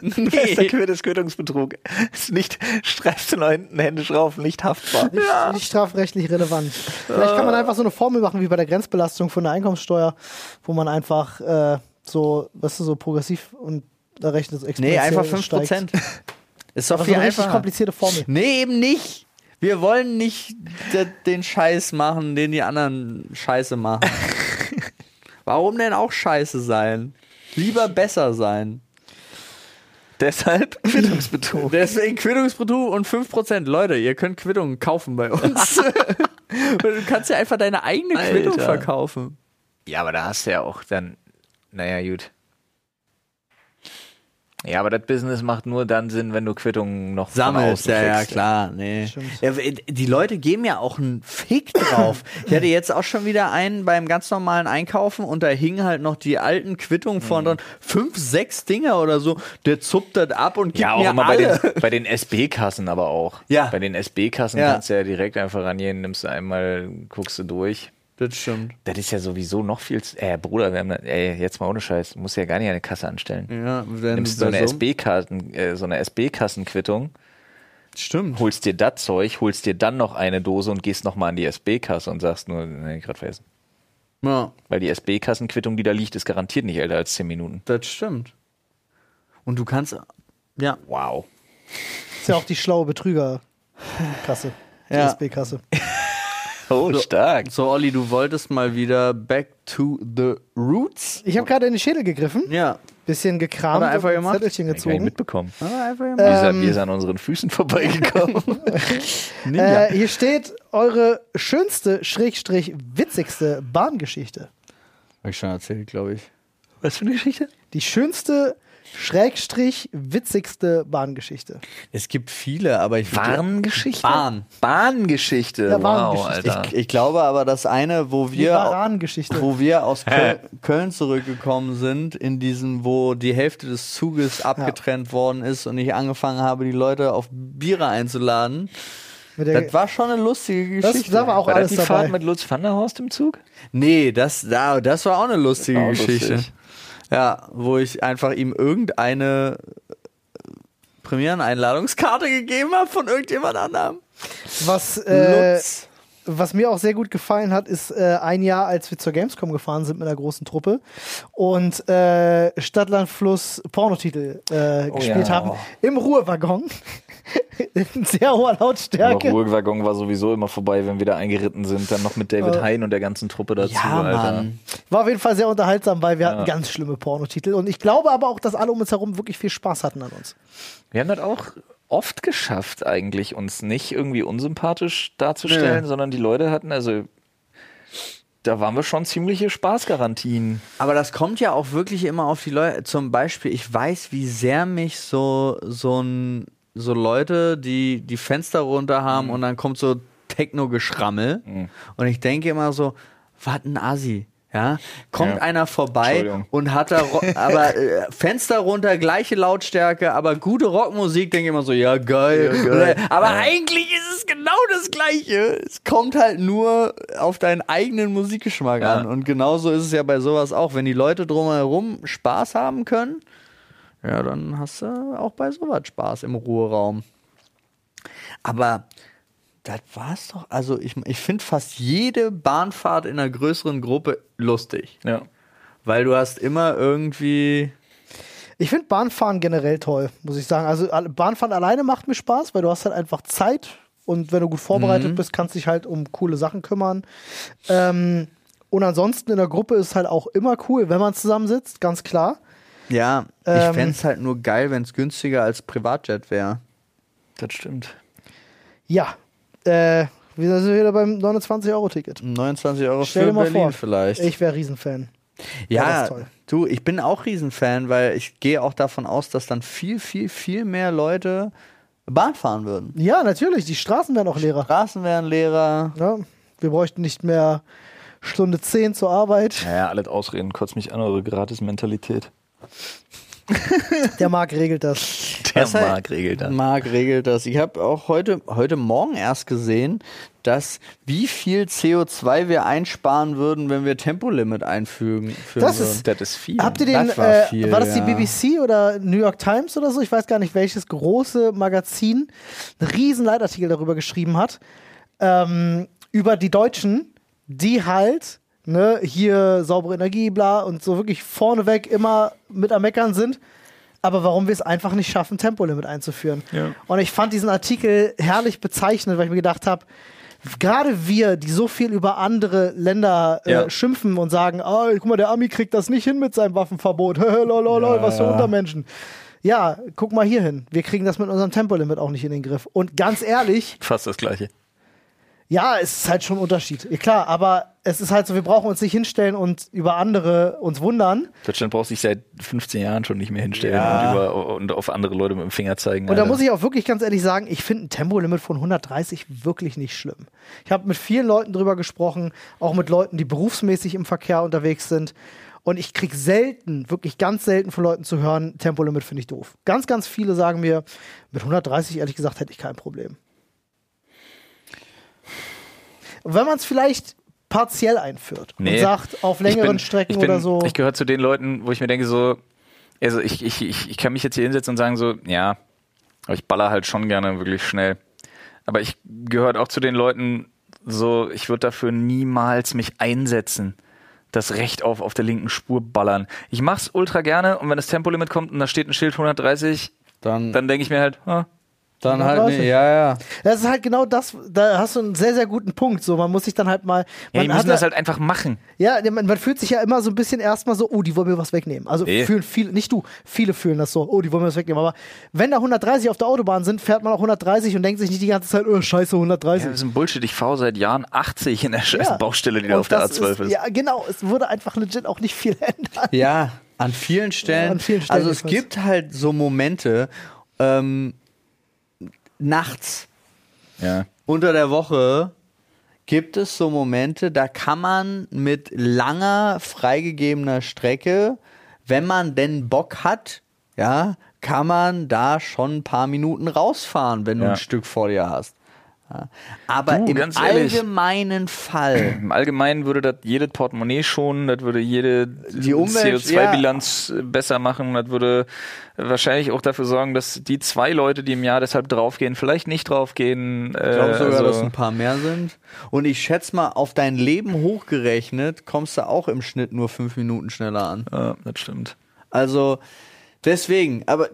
Speaker 3: Meister
Speaker 2: Nee.
Speaker 3: Quittes Quittungsbetrug. Ist nicht, schreibst du noch hinten händisch rauf, nicht <laughs> haftbar.
Speaker 5: nicht, nicht strafrechtlich relevant. Vielleicht kann man
Speaker 2: Äh.
Speaker 5: einfach so eine Formel machen, wie bei der Grenzbelastung von der Einkommenssteuer, wo man einfach äh, so, weißt du, so progressiv und da rechnet es
Speaker 2: Nee, einfach
Speaker 5: exponentiell und
Speaker 2: 5%. Prozent.
Speaker 5: steigt.
Speaker 2: Ist doch
Speaker 5: Das ist
Speaker 2: viel
Speaker 5: eine richtig
Speaker 2: einfacher. <laughs>
Speaker 5: komplizierte Formel.
Speaker 2: Nee, eben nicht. Wir wollen nicht de- den Scheiß machen, den die anderen Scheiße machen. Warum denn auch Scheiße sein? Lieber besser sein.
Speaker 3: Deshalb Quittungsbetrug.
Speaker 2: Deswegen Quittungsbetrug und 5%. Leute, ihr könnt Quittungen kaufen bei uns. du kannst ja einfach deine eigene
Speaker 3: Alter.
Speaker 2: Quittung verkaufen.
Speaker 3: Ja, aber da hast du ja auch dann, naja, gut. Ja, aber das Business macht nur dann Sinn, wenn du Quittungen noch von außen kriegst.
Speaker 2: klar, nee. Ja, die Leute geben ja auch einen Fick
Speaker 3: <laughs>
Speaker 2: drauf. Ich hatte jetzt auch schon wieder einen beim ganz normalen Einkaufen und da hingen halt noch die alten Quittungen von
Speaker 3: Mhm.
Speaker 2: dran. Fünf, sechs Dinger oder so. Der zupft das ab und gibt
Speaker 3: Ja, auch
Speaker 2: mir
Speaker 3: immer bei
Speaker 2: alle.
Speaker 3: den, bei den SB-Kassen aber auch.
Speaker 2: Ja.
Speaker 3: Bei den SB-Kassen
Speaker 2: Ja.
Speaker 3: kannst du ja direkt einfach rangehen, nimmst du einmal, guckst du durch.
Speaker 2: <laughs> Das stimmt.
Speaker 3: Das ist ja sowieso noch viel. z- Äh, Bruder, wir haben da, ey, jetzt mal ohne Scheiß, du musst ja gar nicht eine Kasse anstellen.
Speaker 2: Ja, wenn
Speaker 3: Nimmst so eine SB-Karten, äh, so eine SB-Kassenquittung,
Speaker 2: Stimmt.
Speaker 3: holst dir das Zeug, holst dir dann noch eine Dose und gehst nochmal an die SB-Kasse und sagst nur, nee, gerade vergessen.
Speaker 2: Ja.
Speaker 3: Weil die SB-Kassenquittung, die da liegt, ist garantiert nicht älter als 10 Minuten.
Speaker 2: Das stimmt. Und du kannst. Ja.
Speaker 3: Wow.
Speaker 5: Ist ja auch die schlaue Betrügerkasse, die
Speaker 2: Ja.
Speaker 5: SB-Kasse.
Speaker 3: Oh, stark.
Speaker 2: So, Olli, du wolltest mal wieder back to the roots.
Speaker 5: Ich habe gerade in den Schädel gegriffen,
Speaker 2: Ja.
Speaker 5: bisschen gekramt,
Speaker 2: Hat er einfach
Speaker 5: und ein
Speaker 2: gemacht?
Speaker 5: Zettelchen
Speaker 3: Hab ich gar nicht
Speaker 5: gezogen.
Speaker 3: mitbekommen.
Speaker 2: Äh,
Speaker 3: Wir
Speaker 5: Ähm.
Speaker 3: sind, wir sind an unseren Füßen
Speaker 5: <laughs>
Speaker 3: vorbeigekommen.
Speaker 5: Äh, hier steht eure schönste, schrägstrich witzigste Bahngeschichte.
Speaker 2: Hab ich schon erzählt, glaube ich.
Speaker 3: Was für eine Geschichte?
Speaker 5: Die schönste, Schrägstrich witzigste Bahngeschichte.
Speaker 2: Es gibt viele, aber ich
Speaker 3: Warngeschichte?
Speaker 2: Bahn.
Speaker 3: Bahngeschichte.
Speaker 5: Ja,
Speaker 3: wow,
Speaker 5: Warngeschichte.
Speaker 3: Alter.
Speaker 2: Ich, ich glaube aber, das eine, wo
Speaker 5: Die
Speaker 2: wir,
Speaker 5: Barangeschichte.
Speaker 2: wo wir aus Köln, Köln zurückgekommen sind, in diesem, wo die Hälfte des Zuges abgetrennt worden ist und ich angefangen habe, die Leute auf Biere einzuladen,
Speaker 5: Mit der-
Speaker 2: das war schon eine lustige
Speaker 5: Äh, Das-
Speaker 2: Geschichte.
Speaker 5: da war auch
Speaker 3: War das
Speaker 5: alles
Speaker 3: die
Speaker 5: dabei.
Speaker 3: Fahrt mit Lutz van der Horst im Zug?
Speaker 2: Nee, das, da, das war auch eine lustige
Speaker 3: War auch
Speaker 2: Geschichte.
Speaker 3: lustig.
Speaker 2: Ja, wo ich einfach ihm irgendeine äh, Premiereneinladungskarte gegeben habe von irgendjemand anderem.
Speaker 5: was, äh,
Speaker 2: Lutz.
Speaker 5: was mir auch sehr gut gefallen hat, ist äh, ein Jahr, als wir zur Gamescom gefahren sind mit einer großen Truppe und äh, Stadtlandfluss Pornotitel äh, gespielt
Speaker 3: Oh ja.
Speaker 5: haben. Im Ruhewaggon. <laughs> In sehr hoher
Speaker 3: Der
Speaker 5: Lautstärke.
Speaker 3: Ruhrwaggon war sowieso immer vorbei, wenn wir da eingeritten sind. Dann noch mit
Speaker 5: Äh.
Speaker 3: David Hein und der ganzen Truppe dazu, Alter.
Speaker 5: War auf jeden Fall sehr unterhaltsam, weil wir hatten ganz schlimme Pornotitel. Und ich glaube aber auch, dass alle um uns herum wirklich viel Spaß hatten an uns.
Speaker 3: Wir haben das auch oft geschafft, eigentlich uns nicht irgendwie unsympathisch darzustellen, sondern die Leute hatten, also da waren wir schon ziemliche Spaßgarantien.
Speaker 2: Aber das kommt ja auch wirklich immer auf die Leute. Zum Beispiel, ich weiß, wie sehr mich so, so, ein, so Leute, die die Fenster runter
Speaker 3: Mhm.
Speaker 2: haben und dann kommt so Techno-Geschrammel. Und ich denke immer so, was ein Assi. Ja, kommt
Speaker 3: Ja.
Speaker 2: einer vorbei
Speaker 3: Entschuldigung.
Speaker 2: und hat da, Ro- aber äh, Fenster runter, gleiche Lautstärke, aber gute Rockmusik, denke ich immer so, ja geil. Oder- Aber eigentlich ist es genau das Gleiche. Es kommt halt nur auf deinen eigenen Musikgeschmack
Speaker 3: Ja.
Speaker 2: an. Und genauso ist es ja bei sowas auch. Wenn die Leute drumherum Spaß haben können, ja, dann hast du auch bei sowas Spaß im Ruheraum. Aber das war's doch. Also ich, ich finde fast jede Bahnfahrt in einer größeren Gruppe lustig.
Speaker 3: Ja.
Speaker 2: Weil du hast immer irgendwie.
Speaker 5: Ich finde Bahnfahren generell toll, muss ich sagen. Also al- Bahnfahren alleine macht mir Spaß, weil du hast halt einfach Zeit und wenn du gut vorbereitet bist, kannst dich halt um coole Sachen kümmern. Ähm, und ansonsten in der Gruppe ist halt auch immer cool, wenn man zusammensitzt, ganz klar.
Speaker 2: Ja,
Speaker 5: Ähm.
Speaker 2: ich fänd's halt nur geil, wenn's günstiger als Privatjet wäre.
Speaker 3: Das stimmt.
Speaker 5: Ja, äh, wir sind wieder beim 29-Euro-Ticket.
Speaker 2: 29 Euro
Speaker 5: Stell dir
Speaker 2: für
Speaker 5: mal
Speaker 2: Berlin
Speaker 5: vor,
Speaker 2: vielleicht.
Speaker 5: ich wäre Riesenfan. das
Speaker 2: ja,
Speaker 5: ist toll.
Speaker 2: du, ich bin auch Riesenfan, weil ich gehe auch davon aus, dass dann viel, viel, viel mehr Leute Bahn fahren würden.
Speaker 5: Ja, natürlich, die Straßen wären auch leerer.
Speaker 2: Straßen wären leerer.
Speaker 5: Ja, wir bräuchten nicht mehr Stunde 10 zur Arbeit.
Speaker 3: Naja, alles ausreden, kurz mich an eure Gratis-Mentalität.
Speaker 5: Der Marc regelt <laughs> das.
Speaker 3: Der
Speaker 2: Das heißt-
Speaker 3: Marc regelt das.
Speaker 2: Marc regelt das. Ich habe auch heute, heute Morgen erst gesehen, dass wie viel CO2 wir einsparen würden, wenn wir Tempolimit einfügen. führen
Speaker 5: Das
Speaker 2: würden.
Speaker 5: ist
Speaker 3: Das ist viel.
Speaker 5: Habt ihr den,
Speaker 2: Das war
Speaker 5: äh,
Speaker 2: viel,
Speaker 5: war das die
Speaker 2: ja.
Speaker 5: BBC oder New York Times oder so? Ich weiß gar nicht, welches große Magazin einen riesen Leitartikel darüber geschrieben hat. Ähm, über die Deutschen, die halt, ne, hier saubere Energie, bla, und so wirklich vorneweg immer mit am Meckern sind. Aber warum wir es einfach nicht schaffen, Tempolimit einzuführen.
Speaker 3: Ja.
Speaker 5: Und ich fand diesen Artikel herrlich bezeichnet, weil ich mir gedacht habe, gerade wir, die so viel über andere Länder äh,
Speaker 3: Ja.
Speaker 5: schimpfen und sagen, oh, guck mal, der Ami kriegt das nicht hin mit seinem Waffenverbot. <laughs> lol, lol, lol, was für Untermenschen. Ja, guck mal hier hin. Wir kriegen das mit unserem Tempolimit auch nicht in den Griff. Und ganz ehrlich,
Speaker 3: Fast das Gleiche.
Speaker 5: ja, es ist halt schon ein Unterschied. Ja, klar, aber es ist halt so, wir brauchen uns nicht hinstellen und über andere uns wundern.
Speaker 3: Deutschland braucht sich seit 15 Jahren schon nicht mehr hinstellen
Speaker 2: Ja.
Speaker 3: und, über, und auf andere Leute mit dem Finger zeigen.
Speaker 5: Und da
Speaker 3: Alter.
Speaker 5: muss ich auch wirklich ganz ehrlich sagen, ich finde ein Tempolimit von 130 wirklich nicht schlimm. Ich habe mit vielen Leuten drüber gesprochen, auch mit Leuten, die berufsmäßig im Verkehr unterwegs sind. Und ich krieg selten, wirklich ganz selten von Leuten zu hören, Tempolimit finde ich doof. Ganz, ganz viele sagen mir, mit 130 ehrlich gesagt hätte ich kein Problem. Wenn man es vielleicht partiell einführt und
Speaker 3: Nee.
Speaker 5: sagt, auf längeren
Speaker 3: Ich bin-
Speaker 5: Strecken
Speaker 3: ich bin,
Speaker 5: oder so.
Speaker 3: Ich gehöre zu den Leuten, wo ich mir denke, so, also ich, ich, ich, ich kann mich jetzt hier hinsetzen und sagen, so, ja, aber ich baller halt schon gerne wirklich schnell. Aber ich gehöre auch zu den Leuten, so, ich würde dafür niemals mich einsetzen. Das Recht auf auf der linken Spur ballern. Ich mach's ultra gerne und wenn das Tempolimit kommt und da steht ein Schild 130,
Speaker 2: Dann, dann,
Speaker 3: dann denke ich mir halt, ah,
Speaker 2: halt, nee,
Speaker 5: 130.
Speaker 2: ja, ja.
Speaker 5: Das ist halt genau das, da hast du einen sehr, sehr guten Punkt. So, man muss sich dann halt mal.
Speaker 3: ja, die
Speaker 5: man hat
Speaker 3: müssen
Speaker 5: ja-
Speaker 3: das halt einfach machen.
Speaker 5: Ja, ne, man, man fühlt sich ja immer so ein bisschen erstmal so, oh, die wollen mir was wegnehmen. Also
Speaker 3: Nee.
Speaker 5: fühlen viele, nicht du, viele fühlen das so, oh, die wollen mir was wegnehmen. Aber wenn da 130 auf der Autobahn sind, fährt man auch 130 und denkt sich nicht die ganze Zeit, oh, scheiße,
Speaker 3: Ja, das
Speaker 5: 130.
Speaker 3: ist ein Bullshit. Ich fahre seit Jahren 80 in der scheiß
Speaker 5: Ja.
Speaker 3: Baustelle, die da
Speaker 5: Und
Speaker 3: auf der
Speaker 5: das
Speaker 3: A12 ist.
Speaker 5: <laughs> Ja, genau, es würde einfach legit auch nicht viel ändern.
Speaker 2: Ja, An vielen Stellen.
Speaker 5: An vielen Stellen
Speaker 2: also es
Speaker 5: jedenfalls.
Speaker 2: gibt halt so Momente ähm, nachts
Speaker 1: Ja.
Speaker 2: unter der Woche gibt es so Momente, da kann man mit langer freigegebener Strecke, wenn man denn Bock hat, ja, kann man da schon ein paar Minuten rausfahren, wenn du
Speaker 1: Ja.
Speaker 2: ein Stück vor dir hast. Ja. Aber
Speaker 3: Du,
Speaker 2: im
Speaker 3: ganz ehrlich.
Speaker 2: allgemeinen Fall
Speaker 3: Im Allgemeinen würde das jedes Portemonnaie schonen, das würde jede
Speaker 2: Umwelt,
Speaker 3: CO2-Bilanz besser machen, das würde wahrscheinlich auch dafür sorgen, dass die zwei Leute, die im Jahr deshalb draufgehen, vielleicht nicht draufgehen. Äh,
Speaker 2: Ich glaube sogar, dass
Speaker 3: also,
Speaker 2: ein paar mehr sind. Und ich schätze mal, auf dein Leben hochgerechnet, kommst du auch im Schnitt nur fünf Minuten schneller an.
Speaker 3: ja, das stimmt.
Speaker 2: Also deswegen, aber,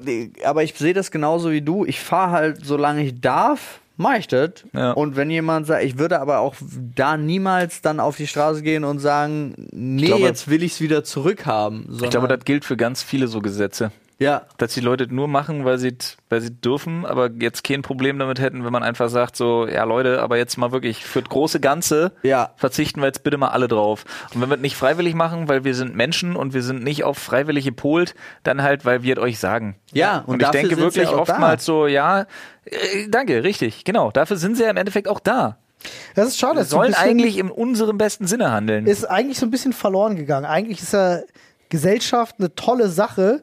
Speaker 2: aber ich sehe das genauso wie du. Ich fahre halt, solange ich darf, mache ich das.
Speaker 3: Ja.
Speaker 2: Und wenn jemand sagt, ich würde aber auch da niemals dann auf die Straße gehen und sagen, nee,
Speaker 3: glaube-
Speaker 2: jetzt will ich es wieder zurückhaben.
Speaker 3: Ich glaube, das gilt für ganz viele so Gesetze.
Speaker 2: ja,
Speaker 3: dass die Leute das nur machen, weil sie weil sie dürfen, aber jetzt kein Problem damit hätten, wenn man einfach sagt so, ja Leute, aber jetzt mal wirklich für das große Ganze
Speaker 2: Ja.
Speaker 3: verzichten wir jetzt bitte mal alle drauf. Und wenn wir es nicht freiwillig machen, weil wir sind Menschen und wir sind nicht auf freiwillig gepolt, dann halt, weil wir es euch sagen.
Speaker 2: Ja, und
Speaker 3: und, ich
Speaker 2: dafür
Speaker 3: denke
Speaker 2: sind sie
Speaker 3: wirklich
Speaker 2: ja auch da.
Speaker 3: oftmals so, ja, äh, danke, richtig, genau, dafür sind sie ja im Endeffekt auch da.
Speaker 5: Das ist schade.
Speaker 3: Wir
Speaker 5: dass so ein
Speaker 3: sollen
Speaker 5: bisschen-
Speaker 3: eigentlich in unserem besten Sinne handeln.
Speaker 5: ist eigentlich so ein bisschen verloren gegangen. Eigentlich ist ja Gesellschaft eine tolle Sache,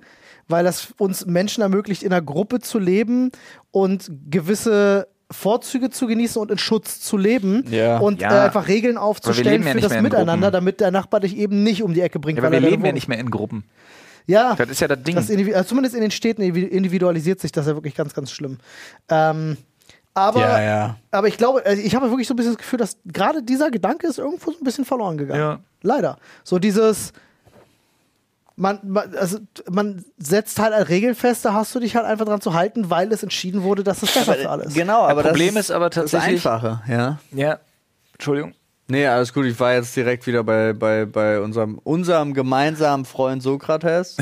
Speaker 5: weil das uns Menschen ermöglicht, in einer Gruppe zu leben und gewisse Vorzüge zu genießen und in Schutz zu leben
Speaker 2: Ja.
Speaker 5: und
Speaker 3: Ja.
Speaker 5: Äh, einfach Regeln aufzustellen
Speaker 3: leben ja
Speaker 5: für
Speaker 3: nicht mehr
Speaker 5: das
Speaker 3: in
Speaker 5: Miteinander,
Speaker 3: Gruppen.
Speaker 5: damit der Nachbar dich eben nicht um die Ecke bringt.
Speaker 3: ja, aber
Speaker 5: weil
Speaker 3: wir
Speaker 5: er deine
Speaker 3: leben ja
Speaker 5: Wohnung-
Speaker 3: nicht mehr in Gruppen.
Speaker 5: Ja,
Speaker 3: Das ist ja das Ding.
Speaker 5: das indivi- also zumindest in den Städten indivi- individualisiert sich das ja wirklich ganz, ganz schlimm. Ähm, aber,
Speaker 2: Ja, ja.
Speaker 5: aber ich glaube, also ich habe wirklich so ein bisschen das Gefühl, dass gerade dieser Gedanke ist irgendwo so ein bisschen verloren gegangen.
Speaker 3: Ja.
Speaker 5: Leider. So dieses, man, man, also man setzt halt halt Regeln fest, da hast du dich halt einfach dran zu halten, weil es entschieden wurde, dass es besser für alles.
Speaker 2: genau, aber
Speaker 3: Problem
Speaker 2: das
Speaker 3: ist aber tatsächlich-
Speaker 2: das Einfache, ja.
Speaker 3: Ja, Entschuldigung.
Speaker 2: Nee, alles gut. Ich war jetzt direkt wieder bei, bei, bei unserem, unserem gemeinsamen Freund Sokrates,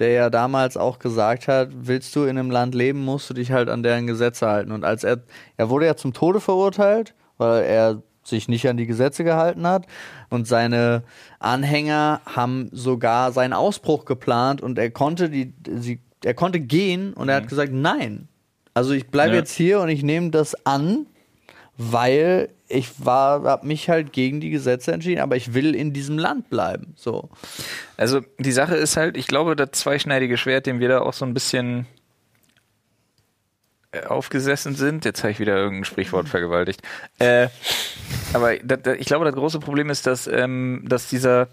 Speaker 2: der ja damals auch gesagt hat, willst du in einem Land leben, musst du dich halt an deren Gesetze halten. Und als er, er wurde ja zum Tode verurteilt, weil er sich nicht an die Gesetze gehalten hat. Und seine Anhänger haben sogar seinen Ausbruch geplant und er konnte die, sie, er konnte gehen und er hat gesagt, nein. Also ich bleibe
Speaker 3: Ja.
Speaker 2: jetzt hier und ich nehme das an weil ich war, habe mich halt gegen die Gesetze entschieden, aber ich will in diesem Land bleiben. So.
Speaker 3: Also die Sache ist halt, ich glaube, das zweischneidige Schwert, dem wir da auch so ein bisschen äh, aufgesessen sind, jetzt habe ich wieder irgendein Sprichwort vergewaltigt. Äh, aber da, da, ich glaube, das große Problem ist, dass, ähm, dass dieser,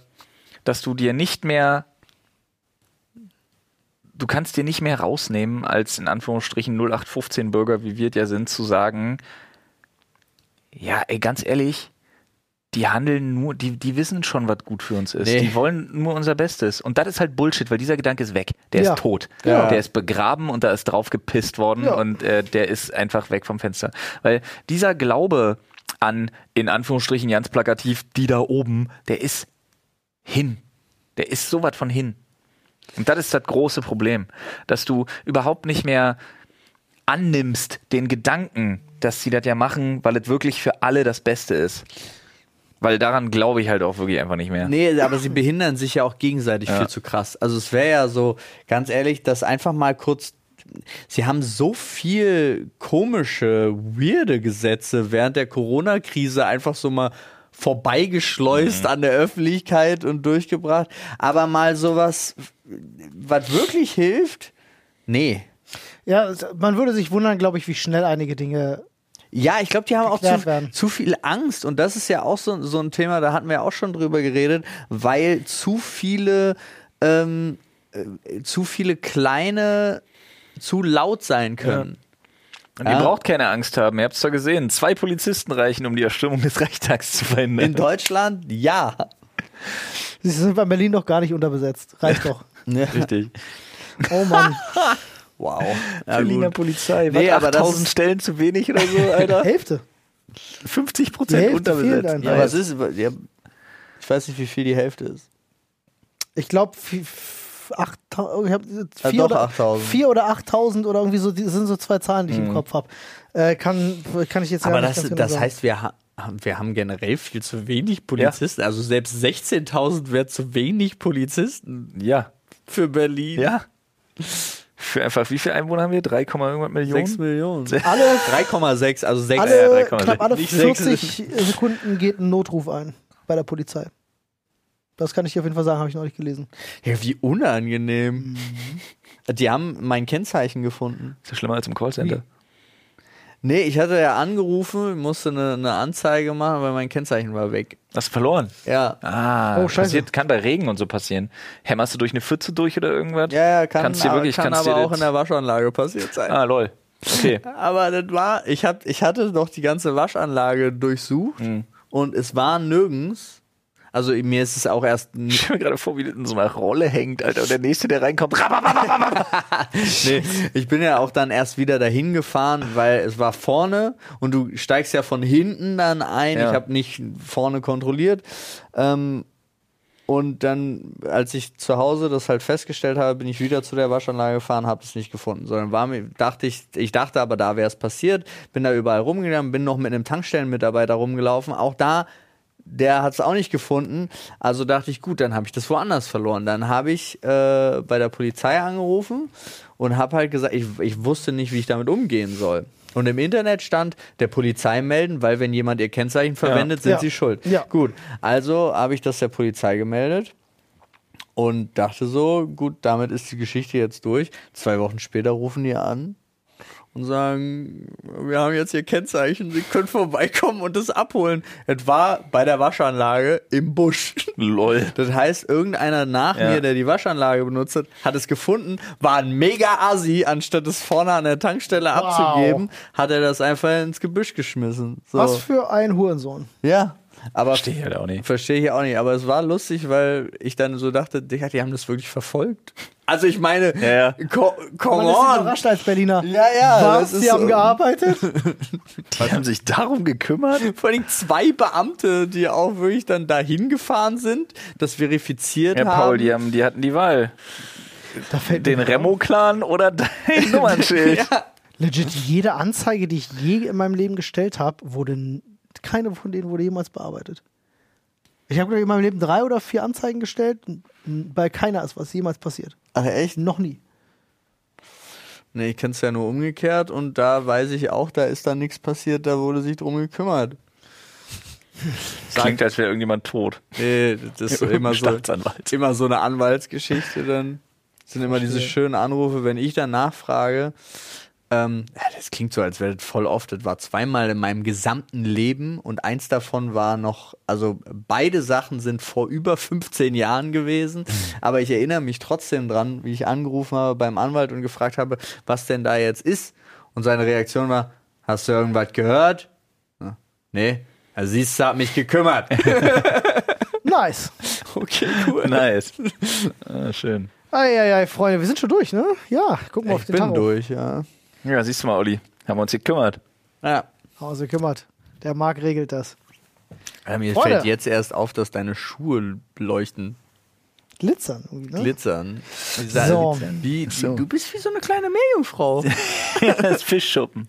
Speaker 3: dass du dir nicht mehr, du kannst dir nicht mehr rausnehmen, als in Anführungsstrichen 0815 Bürger, wie wir es ja sind, zu sagen, ja, ey, ganz ehrlich, die handeln nur, die, die wissen schon, was gut für uns ist.
Speaker 2: Nee.
Speaker 3: Die wollen nur unser Bestes. Und das ist halt Bullshit, weil dieser Gedanke ist weg. Der
Speaker 5: Ja.
Speaker 3: ist tot.
Speaker 2: Ja.
Speaker 3: Der ist begraben und da ist drauf gepisst worden
Speaker 5: Ja.
Speaker 3: und äh, der ist einfach weg vom Fenster. Weil dieser Glaube an, in Anführungsstrichen ganz plakativ, die da oben, der ist hin. Der ist so was von hin. Und das ist das große Problem, dass du überhaupt nicht mehr annimmst den Gedanken, dass sie das ja machen, weil es wirklich für alle das Beste ist. Weil daran glaube ich halt auch wirklich einfach nicht mehr.
Speaker 2: Nee, aber sie behindern sich ja auch gegenseitig viel zu krass. Also es wäre ja so, ganz ehrlich, das einfach mal kurz. Sie haben so viel komische, weirde Gesetze während der Corona-Krise einfach so mal vorbeigeschleust an der Öffentlichkeit und durchgebracht. Aber mal sowas, was wirklich hilft, nee.
Speaker 5: Ja, es- man würde sich wundern, glaube ich, wie schnell einige Dinge.
Speaker 2: Ja, ich glaube, die haben auch
Speaker 5: geklärt
Speaker 2: zu,
Speaker 5: werden.
Speaker 2: zu viel Angst. Und das ist ja auch so, so ein Thema, da hatten wir auch schon drüber geredet, weil zu viele, ähm, äh, zu viele kleine zu laut sein können.
Speaker 3: Und ihr
Speaker 2: Ja.
Speaker 3: braucht keine Angst haben. Ihr habt es zwar gesehen, zwei Polizisten reichen, um die Erstürmung des <laughs> Reichstags zu verhindern.
Speaker 2: In Deutschland, ja.
Speaker 5: Sie sind bei Berlin doch gar nicht unterbesetzt.
Speaker 3: <laughs>
Speaker 5: Reicht doch.
Speaker 3: Richtig.
Speaker 5: Oh Mann.
Speaker 2: Wow. Ja,
Speaker 3: Berliner
Speaker 2: gut.
Speaker 3: Polizei.
Speaker 2: Nee,
Speaker 3: was,
Speaker 2: aber das
Speaker 3: 8000
Speaker 2: ist-
Speaker 3: Stellen zu wenig oder
Speaker 2: <laughs>
Speaker 3: so, Alter.
Speaker 5: Hälfte.
Speaker 3: 50
Speaker 5: Die
Speaker 3: Prozent
Speaker 5: Hälfte fehlt
Speaker 3: unterbesetzt.
Speaker 5: einfach.
Speaker 2: ja, aber es ist, ja, ich weiß nicht, wie viel die Hälfte ist.
Speaker 5: Ich glaube, 8000,
Speaker 2: Ja, doch,
Speaker 5: ich habe vier, oder-
Speaker 2: 8.000.
Speaker 5: vier oder 8000 oder irgendwie so, die- das sind so zwei Zahlen, die ich im Kopf habe. Äh, kann, kann ich jetzt gar
Speaker 2: Mhm. Aber
Speaker 5: nicht
Speaker 2: das,
Speaker 5: ganz genau
Speaker 2: das
Speaker 5: sagen.
Speaker 2: heißt, wir ha- wir haben generell viel zu wenig Polizisten. Also selbst 16.000 wäre zu wenig Polizisten
Speaker 3: Ja.
Speaker 2: für Berlin.
Speaker 3: Ja. Für einfach, wie viele Einwohner haben wir? 3, irgendwas Millionen?
Speaker 2: 6 Millionen. <laughs> Ah,
Speaker 5: Alle-
Speaker 2: 3,6, also 6.
Speaker 3: ja,
Speaker 5: Alle,
Speaker 3: 3,6.
Speaker 5: knapp alle
Speaker 2: Nicht sechs.
Speaker 5: 40 Sekunden geht ein Notruf ein bei der Polizei. Das kann ich dir auf jeden Fall sagen, habe ich neulich gelesen.
Speaker 2: Ja, wie unangenehm. Die haben mein Kennzeichen gefunden.
Speaker 3: Ist ja schlimmer als im Callcenter.
Speaker 2: Nee, ich hatte ja angerufen, musste eine, eine Anzeige machen, weil mein Kennzeichen war weg.
Speaker 3: Hast du verloren?
Speaker 2: Ja.
Speaker 3: Ah,
Speaker 5: Oh, scheiße.
Speaker 3: Passiert, kann bei Regen und so passieren. Hämmerst du durch eine Pfütze durch oder irgendwas?
Speaker 2: Ja, ja, kann,
Speaker 3: kannst dir
Speaker 2: aber-
Speaker 3: wirklich,
Speaker 2: kann
Speaker 3: kannst
Speaker 2: aber
Speaker 3: dir
Speaker 2: auch in der Waschanlage passiert sein.
Speaker 3: Ah, lol. Okay. <laughs>
Speaker 2: Aber das war, ich, hab, ich hatte noch die ganze Waschanlage durchsucht und es war nirgends. Also mir ist es auch erst.
Speaker 3: Ich stelle mir gerade vor, wie das in so einer Rolle hängt, Alter. Und der Nächste, der reinkommt, <laughs> rabababababab.
Speaker 2: nee, ich bin ja auch dann erst wieder dahin gefahren, weil es war vorne und du steigst ja von hinten dann ein.
Speaker 3: Ja.
Speaker 2: Ich habe nicht vorne kontrolliert. Ähm, und dann, als ich zu Hause das halt festgestellt habe, bin ich wieder zu der Waschanlage gefahren, habe es nicht gefunden, sondern war mir, dachte ich, ich dachte aber, da wäre es passiert, bin da überall rumgegangen, bin noch mit einem Tankstellenmitarbeiter rumgelaufen, auch da, der hat es auch nicht gefunden, also dachte ich, gut, dann habe ich das woanders verloren, dann habe ich äh, bei der Polizei angerufen und habe halt gesagt, ich, ich wusste nicht, wie ich damit umgehen soll. Und im Internet stand, der Polizei melden, weil wenn jemand ihr Kennzeichen verwendet, sind
Speaker 5: Ja.
Speaker 2: sie schuld.
Speaker 5: Ja.
Speaker 2: Gut, also habe ich das der Polizei gemeldet und dachte so, gut, damit ist die Geschichte jetzt durch. Zwei Wochen später rufen die an und sagen, wir haben jetzt ihr Kennzeichen, sie können vorbeikommen und das abholen. Es war bei der Waschanlage im Busch. <laughs>
Speaker 3: Lol.
Speaker 2: Das heißt, irgendeiner nach
Speaker 3: Ja.
Speaker 2: mir, der die Waschanlage benutzt hat, hat es gefunden, war ein mega Assi, anstatt es vorne an der Tankstelle
Speaker 5: Wow.
Speaker 2: abzugeben, hat er das einfach ins Gebüsch geschmissen. So.
Speaker 5: Was für ein Hurensohn.
Speaker 2: Ja, aber
Speaker 3: Verstehe ich halt auch nicht.
Speaker 2: Verstehe ich auch nicht, aber es war lustig, weil ich dann so dachte, Digga, die haben das wirklich verfolgt. Also ich meine,
Speaker 3: Ja,
Speaker 2: Co come
Speaker 5: Man ist nicht
Speaker 2: on.
Speaker 5: überrascht als Berliner.
Speaker 2: Ja, ja,
Speaker 5: Was?
Speaker 2: das ist
Speaker 5: Sie haben
Speaker 2: so-
Speaker 5: gearbeitet?
Speaker 3: Die haben sich darum gekümmert?
Speaker 2: Vor allem zwei Beamte, die auch wirklich dann dahin gefahren sind, das verifiziert
Speaker 3: Ja,
Speaker 2: haben.
Speaker 3: Paul, die, haben, die hatten die Wahl.
Speaker 5: Da fällt
Speaker 3: Den
Speaker 5: mir
Speaker 2: <laughs>
Speaker 3: Remo-Clan oder dein Nummernschild?
Speaker 5: legit jede Anzeige, die ich je in meinem Leben gestellt habe, wurde n- keine von denen wurde jemals bearbeitet. Ich habe glaube ich in meinem Leben drei oder vier Anzeigen gestellt, n- n- bei keiner ist was jemals passiert.
Speaker 2: Ach echt?
Speaker 5: Noch nie.
Speaker 2: Nee, ich kenn's ja nur umgekehrt und da weiß ich auch, da ist dann nichts passiert, da wurde sich drum gekümmert.
Speaker 3: Klingt, als wäre irgendjemand tot.
Speaker 2: Nee, das ist
Speaker 3: Irgendein
Speaker 2: immer so,
Speaker 3: Staatsanwalt.
Speaker 2: immer so eine Anwaltsgeschichte. Dann sind immer diese schönen Anrufe, wenn ich dann nachfrage. Ähm, ja, das klingt so, als wäre das voll oft. Das war zweimal in meinem gesamten Leben und eins davon war noch, also beide Sachen sind vor über 15 Jahren gewesen. Aber ich erinnere mich trotzdem dran, wie ich angerufen habe beim Anwalt und gefragt habe, was denn da jetzt ist. Und seine Reaktion war: Hast du irgendwas gehört? Ja, Nee. Also siehst du, hat mich gekümmert.
Speaker 5: Nice.
Speaker 2: Okay, cool. <laughs>
Speaker 3: Nice. Ah, schön.
Speaker 5: Eieiei, Freunde, wir sind schon durch, ne? Ja, gucken wir auf
Speaker 2: ich
Speaker 5: den
Speaker 2: bin
Speaker 5: Tarot.
Speaker 2: durch, ja.
Speaker 3: Ja, siehst du mal, Olli. Haben wir uns gekümmert. <laughs>
Speaker 2: ja.
Speaker 5: Hause kümmert. Der Marc regelt das.
Speaker 2: mir
Speaker 5: Freunde.
Speaker 2: fällt jetzt erst auf, dass deine Schuhe leuchten,
Speaker 5: Glitzern. irgendwie, Ne?
Speaker 2: glitzern.
Speaker 5: So.
Speaker 2: Wie, Du bist wie so eine kleine <laughs> Meerjungfrau.
Speaker 3: das Fischschuppen.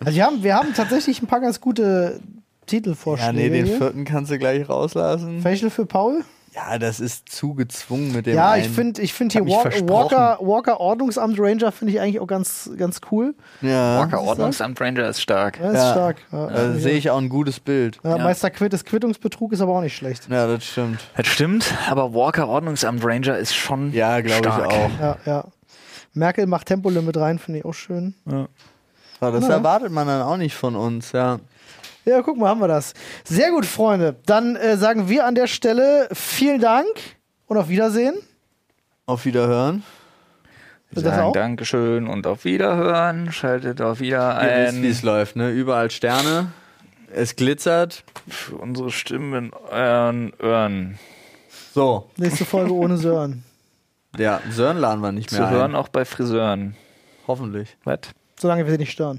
Speaker 5: also wir haben, wir haben tatsächlich ein paar ganz gute
Speaker 2: ja,
Speaker 5: Titelvorschläge.
Speaker 2: nee, den
Speaker 5: hier.
Speaker 2: vierten kannst du gleich rauslassen.
Speaker 5: Facial für Paul.
Speaker 2: Ja, das ist zu gezwungen mit dem
Speaker 5: ja, ich
Speaker 2: einen.
Speaker 5: finde ich find
Speaker 2: Hab
Speaker 5: hier
Speaker 2: mich
Speaker 5: Walk,
Speaker 2: versprochen.
Speaker 5: Walker, Walker Ordnungsamt Ranger finde ich eigentlich auch ganz, ganz cool.
Speaker 2: Ja.
Speaker 3: Walker Ordnungsamt Ranger ist stark.
Speaker 5: Ja, ist
Speaker 2: Ja. äh,
Speaker 5: stark. Ja,
Speaker 2: Da sehe ich auch ein gutes Bild.
Speaker 5: ja, Meister Quittes Quittungsbetrug ist aber auch nicht schlecht.
Speaker 2: Ja, das stimmt.
Speaker 3: Das stimmt, aber Walker Ordnungsamt Ranger ist schon
Speaker 2: Ja, glaube ich
Speaker 3: stark.
Speaker 2: auch.
Speaker 5: Ja, ja. Merkel macht Tempolimit rein, finde ich auch schön.
Speaker 2: Aber das erwartet man dann auch nicht von uns, ja.
Speaker 5: Ja, guck mal, haben wir das. Sehr gut, Freunde. Dann äh, sagen wir an der Stelle vielen Dank und auf Wiedersehen.
Speaker 2: Auf Wiederhören.
Speaker 5: Das
Speaker 3: sagen
Speaker 5: auch?
Speaker 3: Dankeschön und auf Wiederhören. Schaltet auch wieder
Speaker 2: Ihr wisst, wie
Speaker 3: ein.
Speaker 2: es läuft, ne? Überall Sterne. Es glitzert.
Speaker 3: Pff, Unsere Stimmen in euren Ohren.
Speaker 2: So.
Speaker 5: Nächste Folge ohne Sören.
Speaker 2: Ja, Sören laden wir nicht mehr
Speaker 3: Zu
Speaker 2: ein.
Speaker 3: hören auch bei Friseuren.
Speaker 2: Hoffentlich.
Speaker 3: Was?
Speaker 5: Solange wir sie nicht stören.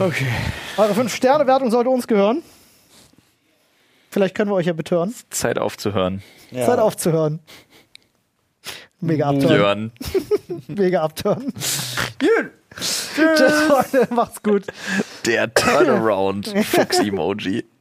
Speaker 2: Okay.
Speaker 5: Eure 5-Sterne-Wertung sollte uns gehören. Vielleicht können wir euch ja betören.
Speaker 3: Zeit aufzuhören.
Speaker 2: halt
Speaker 5: Zeit aufzuhören. Mega
Speaker 3: Björn.
Speaker 5: abtören. Mega abtören. Tschüss, Freunde. Macht's gut.
Speaker 3: Der Turnaround-Fuchs-Emoji.